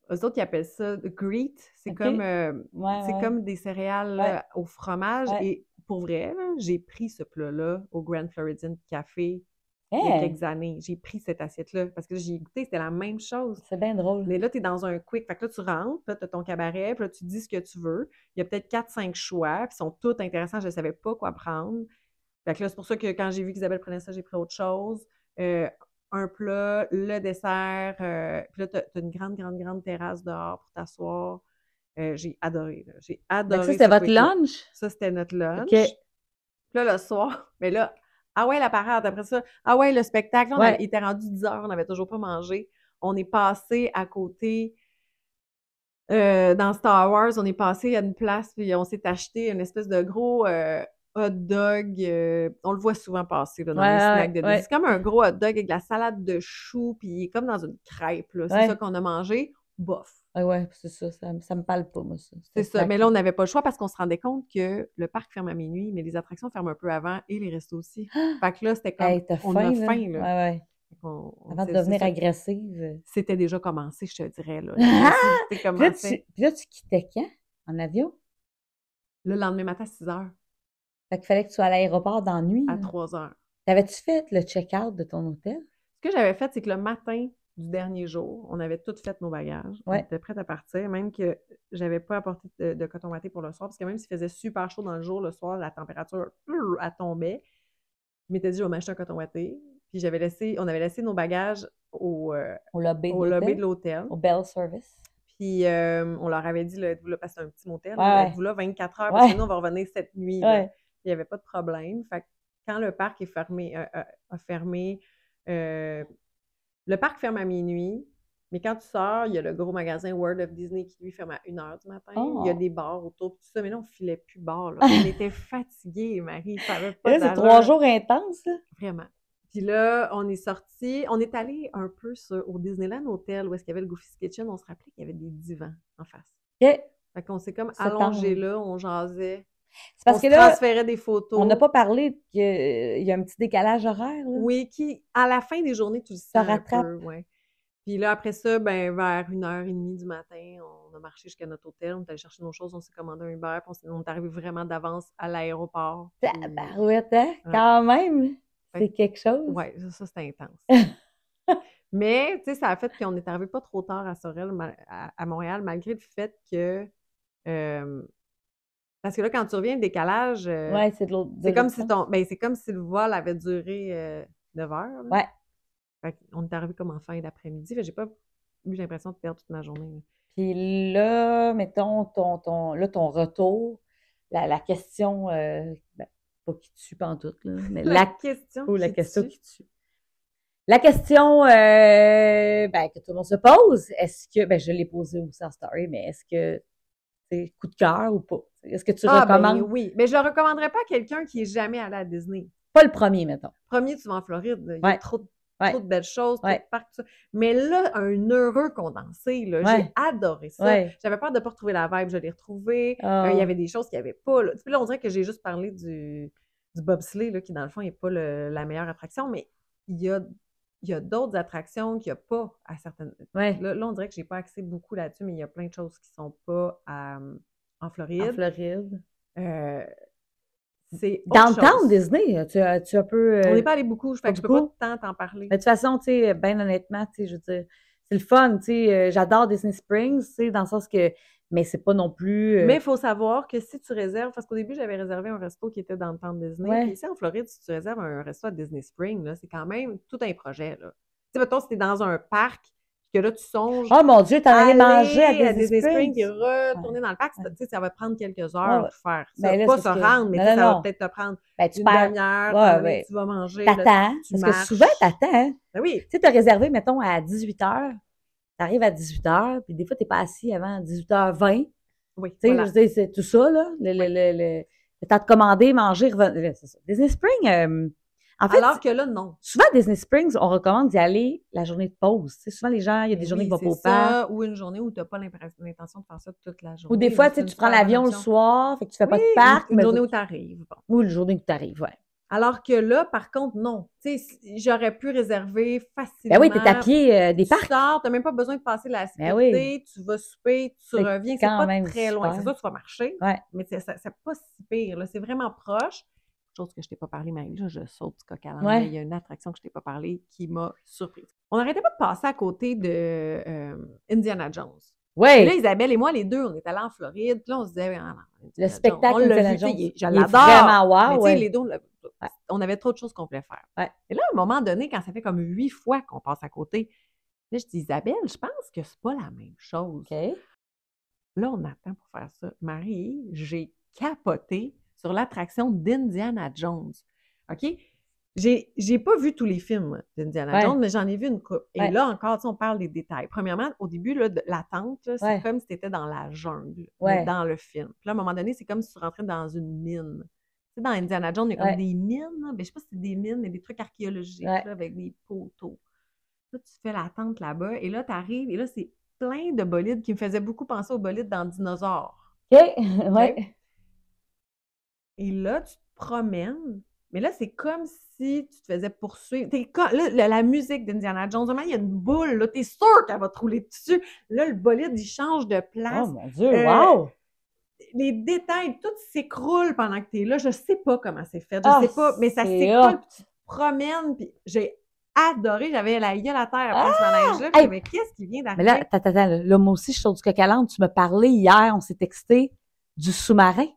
[SPEAKER 2] eux autres, ils appellent ça greet. C'est
[SPEAKER 1] Ok.
[SPEAKER 2] comme. euh,
[SPEAKER 1] Ouais,
[SPEAKER 2] c'est
[SPEAKER 1] ouais.
[SPEAKER 2] comme des céréales
[SPEAKER 1] Ouais.
[SPEAKER 2] euh, au fromage
[SPEAKER 1] Ouais.
[SPEAKER 2] et pour vrai, là, j'ai pris ce plat-là au Grand Floridian Café il y a
[SPEAKER 1] Hey,
[SPEAKER 2] quelques années. J'ai pris cette assiette-là parce que là, j'ai goûté, c'était la même chose.
[SPEAKER 1] c'est bien drôle.
[SPEAKER 2] Mais là, tu es dans un quick. Fait que là, tu rentres, là, tu as ton cabaret, puis là, tu dis ce que tu veux. Il y a peut-être 4-5 choix, puis ils sont tous intéressants. Je ne savais pas quoi prendre. Fait que là, c'est pour ça que quand j'ai vu qu'Isabelle prenait ça, j'ai pris autre chose. Euh, un plat, le dessert. euh, puis là, tu as, une grande, grande, grande terrasse dehors pour t'asseoir. Euh, j'ai adoré. là. J'ai
[SPEAKER 1] Fait
[SPEAKER 2] adoré.
[SPEAKER 1] que ça,
[SPEAKER 2] ce
[SPEAKER 1] c'était votre
[SPEAKER 2] quick-là.
[SPEAKER 1] lunch?
[SPEAKER 2] Ça, c'était notre lunch.
[SPEAKER 1] OK.
[SPEAKER 2] Puis Là, le soir, mais là, ah ouais, la parade, après ça, ah ouais, le spectacle, on
[SPEAKER 1] Ouais.
[SPEAKER 2] avait- il était rendu 10 heures, on n'avait toujours pas mangé. On est passé à côté, euh, dans Star Wars, on est passé à une place, puis on s'est acheté une espèce de gros euh, hot dog. euh, on le voit souvent passer là, dans
[SPEAKER 1] Ouais,
[SPEAKER 2] les
[SPEAKER 1] ouais,
[SPEAKER 2] snacks de
[SPEAKER 1] ouais.
[SPEAKER 2] Disney. C'est comme un gros hot dog avec de la salade de choux, puis il est comme dans une crêpe. là. C'est
[SPEAKER 1] Ouais.
[SPEAKER 2] ça qu'on a mangé. Bof.
[SPEAKER 1] Ah ouais, c'est ça, ça, me- ça me parle pas, moi, ça.
[SPEAKER 2] C'est ça. Mais là, on n'avait pas le choix parce qu'on se rendait compte que le parc ferme à minuit, mais les attractions ferment un peu avant et les restos aussi. Fait que là, c'était comme
[SPEAKER 1] Ah! Hey, t'as
[SPEAKER 2] on
[SPEAKER 1] faim,
[SPEAKER 2] a
[SPEAKER 1] là.
[SPEAKER 2] faim
[SPEAKER 1] Ouais,
[SPEAKER 2] là.
[SPEAKER 1] ouais.
[SPEAKER 2] Fait qu'on- on-
[SPEAKER 1] Avant de
[SPEAKER 2] c'est- c'est
[SPEAKER 1] devenir
[SPEAKER 2] ça.
[SPEAKER 1] agressive.
[SPEAKER 2] C'était déjà commencé, je te dirais là. C'était
[SPEAKER 1] Puis là,
[SPEAKER 2] commencé.
[SPEAKER 1] tu, puis là, tu quittais quand? En avion?
[SPEAKER 2] Le lendemain matin, à 6 heures,
[SPEAKER 1] Fait qu'il fallait que tu sois à l'aéroport dans la nuit.
[SPEAKER 2] à
[SPEAKER 1] là.
[SPEAKER 2] 3 heures.
[SPEAKER 1] T'avais-tu fait le check-out de ton hôtel?
[SPEAKER 2] Ce que j'avais fait, c'est que le matin du dernier jour, on avait tout fait nos bagages.
[SPEAKER 1] Ouais.
[SPEAKER 2] On était prêts à partir, même que j'avais pas apporté de, de coton maté pour le soir, parce que même s'il faisait super chaud dans le jour, le soir, la température, euh, elle tombait. Je m'étais dit, je vais m'acheter un coton maté. Puis j'avais laissé, on avait laissé nos bagages au, euh,
[SPEAKER 1] Au lobby
[SPEAKER 2] au
[SPEAKER 1] de l'hôtel? Oh.
[SPEAKER 2] lobby de l'hôtel.
[SPEAKER 1] Au Bell Service?
[SPEAKER 2] Puis euh, on leur avait dit, là, êtes-vous là, parce que c'est un petit
[SPEAKER 1] Ouais,
[SPEAKER 2] motel, là,
[SPEAKER 1] ouais.
[SPEAKER 2] êtes-vous là 24 heures,
[SPEAKER 1] Ouais.
[SPEAKER 2] parce que nous, on va revenir cette nuit. là.
[SPEAKER 1] Ouais.
[SPEAKER 2] Il n'y avait pas de problème. Fait que quand le parc est fermé, euh, euh, a fermé, euh, le parc ferme à minuit, mais quand tu sors, il y a le gros magasin World of Disney qui lui ferme à 1h du matin.
[SPEAKER 1] Oh.
[SPEAKER 2] Il y a des bars autour, puis tout ça. Mais là, on filait plus bar. là. On était fatigués, Marie. Ça avait pas
[SPEAKER 1] Là, Eh, c'est
[SPEAKER 2] d'allure.
[SPEAKER 1] trois jours intenses, là.
[SPEAKER 2] Vraiment. Puis là, on est sorti, on est allé un peu sur, au Disneyland Hotel où est-ce qu'il y avait le Goofy's Kitchen. On se rappelait qu'il y avait des divans en face.
[SPEAKER 1] OK.
[SPEAKER 2] Fait qu'on s'est comme
[SPEAKER 1] Se tendre.
[SPEAKER 2] allongé là, on jasait.
[SPEAKER 1] C'est parce
[SPEAKER 2] on
[SPEAKER 1] que
[SPEAKER 2] se
[SPEAKER 1] là,
[SPEAKER 2] transférait des photos.
[SPEAKER 1] on n'a pas parlé qu'il y a un petit décalage horaire, là.
[SPEAKER 2] Oui, qui, à la fin des journées, tu le sens
[SPEAKER 1] rattrape.
[SPEAKER 2] un peu, ouais. Puis là, après ça, ben, vers 1h30 du matin, on a marché jusqu'à notre hôtel, on est allé chercher nos choses, on s'est commandé un Uber, puis on s'est- on est arrivé vraiment d'avance à l'aéroport. puis-
[SPEAKER 1] Tabarouette, hein?
[SPEAKER 2] Ouais.
[SPEAKER 1] Quand même!
[SPEAKER 2] Fait
[SPEAKER 1] C'est quelque chose.
[SPEAKER 2] Ouais, ça, ça, c'était intense. Mais, tu sais, ça a fait qu'on est arrivé pas trop tard à Sorel, ma- à, à Montréal, malgré le fait que. euh, parce que là, quand tu reviens, le décalage, euh,
[SPEAKER 1] Ouais, c'est de l'autre. de
[SPEAKER 2] c'est comme,
[SPEAKER 1] l'autre
[SPEAKER 2] si
[SPEAKER 1] sens.
[SPEAKER 2] ton, ben, c'est comme si le vol avait duré euh, 9 heures. là.
[SPEAKER 1] Ouais.
[SPEAKER 2] Fait qu'on est arrivé comme en fin d'après-midi. Fait que j'ai pas eu l'impression de perdre toute ma journée. là.
[SPEAKER 1] Puis là, mettons, ton, ton, là, ton retour, la, la question, euh, ben, pas qui tue pantoute, là, mais
[SPEAKER 2] La,
[SPEAKER 1] la,
[SPEAKER 2] question.
[SPEAKER 1] oh, la
[SPEAKER 2] qui
[SPEAKER 1] question
[SPEAKER 2] tue.
[SPEAKER 1] qui tue. La question euh, ben, que tout le monde se pose, est-ce que, ben, je l'ai posée aussi en story, mais est-ce que c'est coup de cœur ou pas? Est-ce que tu
[SPEAKER 2] Ah, ben
[SPEAKER 1] recommandes?
[SPEAKER 2] oui. Mais je le recommanderais pas à quelqu'un qui est jamais allé à Disney.
[SPEAKER 1] Pas le premier, mettons.
[SPEAKER 2] Premier, tu vas en Floride. là. Il y a
[SPEAKER 1] Ouais.
[SPEAKER 2] trop, de-
[SPEAKER 1] Ouais.
[SPEAKER 2] trop de belles choses, trop
[SPEAKER 1] Ouais.
[SPEAKER 2] de parcs, tout ça. Mais là, un heureux condensé, là,
[SPEAKER 1] Ouais.
[SPEAKER 2] j'ai adoré ça.
[SPEAKER 1] Ouais.
[SPEAKER 2] J'avais peur de pas retrouver la vibe, je l'ai retrouvée. Euh,
[SPEAKER 1] Ah.
[SPEAKER 2] il y avait des choses qu'il n'y avait pas. Là. Tu sais, là, on dirait que j'ai juste parlé du, du bobsleigh, là, qui dans le fond n'est pas le- la meilleure attraction, mais il y a, il y a d'autres attractions qu'il n'y a pas à certaines.
[SPEAKER 1] Ouais.
[SPEAKER 2] Là, là, on dirait que j'ai pas accès beaucoup là-dessus, mais il y a plein de choses qui sont pas à- en
[SPEAKER 1] En
[SPEAKER 2] Floride.
[SPEAKER 1] Floride.
[SPEAKER 2] Euh, c'est
[SPEAKER 1] Dans le
[SPEAKER 2] autre chose.
[SPEAKER 1] temps, Disney, tu as, tu as un peu.
[SPEAKER 2] On
[SPEAKER 1] euh,
[SPEAKER 2] n'est pas allé beaucoup, fait
[SPEAKER 1] pas
[SPEAKER 2] que je peux pas
[SPEAKER 1] beaucoup.
[SPEAKER 2] tant t'en parler.
[SPEAKER 1] Mais de toute façon, tu sais, bien honnêtement, tu sais, je veux dire, c'est le fun, tu sais, euh, j'adore Disney Springs, tu sais, dans le sens que, mais c'est pas non plus. euh,
[SPEAKER 2] Mais il faut savoir que si tu réserves, parce qu'au début, j'avais réservé un resto qui était dans le temps de Disney.
[SPEAKER 1] Ouais.
[SPEAKER 2] Puis ici, en Floride, si tu réserves un resto à Disney Spring, là, c'est quand même tout un projet. Là. Tu sais, mettons, si t'es dans un parc, puis que là, tu songes.
[SPEAKER 1] Oh mon Dieu, t'en allais manger à
[SPEAKER 2] aller
[SPEAKER 1] Disney, Springs.
[SPEAKER 2] puis retourner dans le parc,
[SPEAKER 1] Ouais.
[SPEAKER 2] tu sais, ça va te prendre quelques
[SPEAKER 1] Ouais,
[SPEAKER 2] heures
[SPEAKER 1] ouais.
[SPEAKER 2] pour faire ça.
[SPEAKER 1] Ben là,
[SPEAKER 2] pas
[SPEAKER 1] c'est
[SPEAKER 2] se
[SPEAKER 1] parce que-
[SPEAKER 2] rendre, mais
[SPEAKER 1] non,
[SPEAKER 2] tu sais,
[SPEAKER 1] non,
[SPEAKER 2] ça
[SPEAKER 1] non.
[SPEAKER 2] va peut-être te prendre
[SPEAKER 1] Ben, tu
[SPEAKER 2] une
[SPEAKER 1] perds,
[SPEAKER 2] demi-heure,
[SPEAKER 1] Ouais,
[SPEAKER 2] t'en vas,
[SPEAKER 1] ouais.
[SPEAKER 2] tu vas manger. là,
[SPEAKER 1] t'attends.
[SPEAKER 2] tu
[SPEAKER 1] Parce
[SPEAKER 2] marches.
[SPEAKER 1] que souvent, t'attends. hein.
[SPEAKER 2] Ben oui,
[SPEAKER 1] Tu sais, t'as réservé, mettons, à 18 h. T'arrives à 18 h, puis des fois, t'es pas assis avant 18h20.
[SPEAKER 2] oui.
[SPEAKER 1] Tu sais,
[SPEAKER 2] voilà.
[SPEAKER 1] je veux dire, c'est tout ça, là. Le, le, le, le- le temps de commander, manger, revenir. C'est ça. Disney Springs, euh, en fait,
[SPEAKER 2] Alors que là, non.
[SPEAKER 1] Souvent, à Disney Springs, on recommande d'y aller la journée de pause. Tu sais, souvent, les gens, il y a des
[SPEAKER 2] Ben
[SPEAKER 1] journées
[SPEAKER 2] oui,
[SPEAKER 1] qui vont
[SPEAKER 2] c'est
[SPEAKER 1] pas au parc.
[SPEAKER 2] ça, Ou une journée où tu n'as pas l'impr- l'intention de faire ça toute la journée.
[SPEAKER 1] Ou des fois, tu sais, tu prends l'avion le soir, fait que tu fais pas de parc.
[SPEAKER 2] Une,
[SPEAKER 1] mais
[SPEAKER 2] journée où tu arrives.
[SPEAKER 1] ou le journée où tu arrives, ouais.
[SPEAKER 2] Alors que là, par contre, non. Tu sais, si- j'aurais pu réserver facilement.
[SPEAKER 1] Ben oui, t'es à pied euh, des
[SPEAKER 2] Tu
[SPEAKER 1] parcs.
[SPEAKER 2] sors, tu n'as même pas besoin de passer la sécurité.
[SPEAKER 1] Ben oui.
[SPEAKER 2] Tu vas souper,
[SPEAKER 1] C'est
[SPEAKER 2] tu reviens. C'est
[SPEAKER 1] quand
[SPEAKER 2] pas
[SPEAKER 1] même
[SPEAKER 2] très loin.
[SPEAKER 1] super.
[SPEAKER 2] C'est sûr, tu vas marcher.
[SPEAKER 1] Ouais.
[SPEAKER 2] Mais c'est c'est- c'est pas si pire. là. C'est vraiment proche. Chose que je t'ai pas parlé, Marie, là, je saute du coq à l'âne,
[SPEAKER 1] Ouais.
[SPEAKER 2] mais Il y a une attraction que je t'ai pas parlé qui m'a surprise. On n'arrêtait pas de passer à côté de euh, Indiana Jones. Et là,
[SPEAKER 1] Oui,
[SPEAKER 2] Isabelle et moi, les deux, on est allés en Floride. Puis là, on se disait, Ah, non, Indiana
[SPEAKER 1] le
[SPEAKER 2] Jones, on
[SPEAKER 1] spectacle
[SPEAKER 2] l'a
[SPEAKER 1] Indiana
[SPEAKER 2] vu, tu sais,
[SPEAKER 1] Jones,
[SPEAKER 2] il est-
[SPEAKER 1] il
[SPEAKER 2] Je
[SPEAKER 1] est
[SPEAKER 2] l'adore.
[SPEAKER 1] vraiment
[SPEAKER 2] Mais
[SPEAKER 1] wow,
[SPEAKER 2] tu
[SPEAKER 1] Ah ouais.
[SPEAKER 2] sais, les deux, on l'a- on avait trop de choses qu'on voulait faire.
[SPEAKER 1] Ouais.
[SPEAKER 2] Et là, à un moment donné, quand ça fait comme huit fois qu'on passe à côté, là, je dis, Isabelle, je pense que c'est pas la même chose.
[SPEAKER 1] OK.
[SPEAKER 2] Là, on attend pour faire ça. Marie, j'ai capoté sur l'attraction d'Indiana Jones. OK? J'ai j'ai pas vu tous les films d'Indiana
[SPEAKER 1] Ouais.
[SPEAKER 2] Jones, mais j'en ai vu une coupe. Et
[SPEAKER 1] Ouais.
[SPEAKER 2] là encore, tu sais, on parle des détails. Premièrement, au début, là, de- l'attente, là, c'est
[SPEAKER 1] Ouais.
[SPEAKER 2] comme si tu étais dans la jungle,
[SPEAKER 1] Ouais.
[SPEAKER 2] mais dans le film. Puis là, à un moment donné, c'est comme si tu rentrais dans une mine. Tu sais, dans Indiana Jones, il y a comme
[SPEAKER 1] Ouais.
[SPEAKER 2] des mines. là. Ben, je sais pas si c'est des mines, mais des trucs archéologiques
[SPEAKER 1] Ouais.
[SPEAKER 2] là, avec des poteaux. Là, tu fais l'attente là-bas et là, tu arrives et là, c'est plein de bolides qui me faisaient beaucoup penser aux bolides dans Dinosaure.
[SPEAKER 1] OK. ouais.
[SPEAKER 2] Et là, tu te promènes, mais là, c'est comme si tu te faisais poursuivre. T'es co- là, la, la musique d'Indiana Jones, vraiment, il y a une boule, là, t'es sûr qu'elle va te rouler dessus. Là, le bolide, il change de place.
[SPEAKER 1] Oh mon Dieu,
[SPEAKER 2] Euh,
[SPEAKER 1] wow!
[SPEAKER 2] Les détails, tout s'écroule pendant que t'es là. Je sais pas comment c'est fait, je
[SPEAKER 1] Ah,
[SPEAKER 2] sais pas, mais ça
[SPEAKER 1] c'est
[SPEAKER 2] s'écroule,
[SPEAKER 1] hot.
[SPEAKER 2] puis tu te promènes, puis j'ai adoré, j'avais la gueule à terre après ce manège-là,
[SPEAKER 1] Ah! Hey!
[SPEAKER 2] puis mais qu'est-ce qui vient d'arriver?
[SPEAKER 1] Mais là, attends, attends, attends, là, moi aussi, je suis sur du coq à l'âne. Tu me parlais hier, on s'est texté du sous-marin.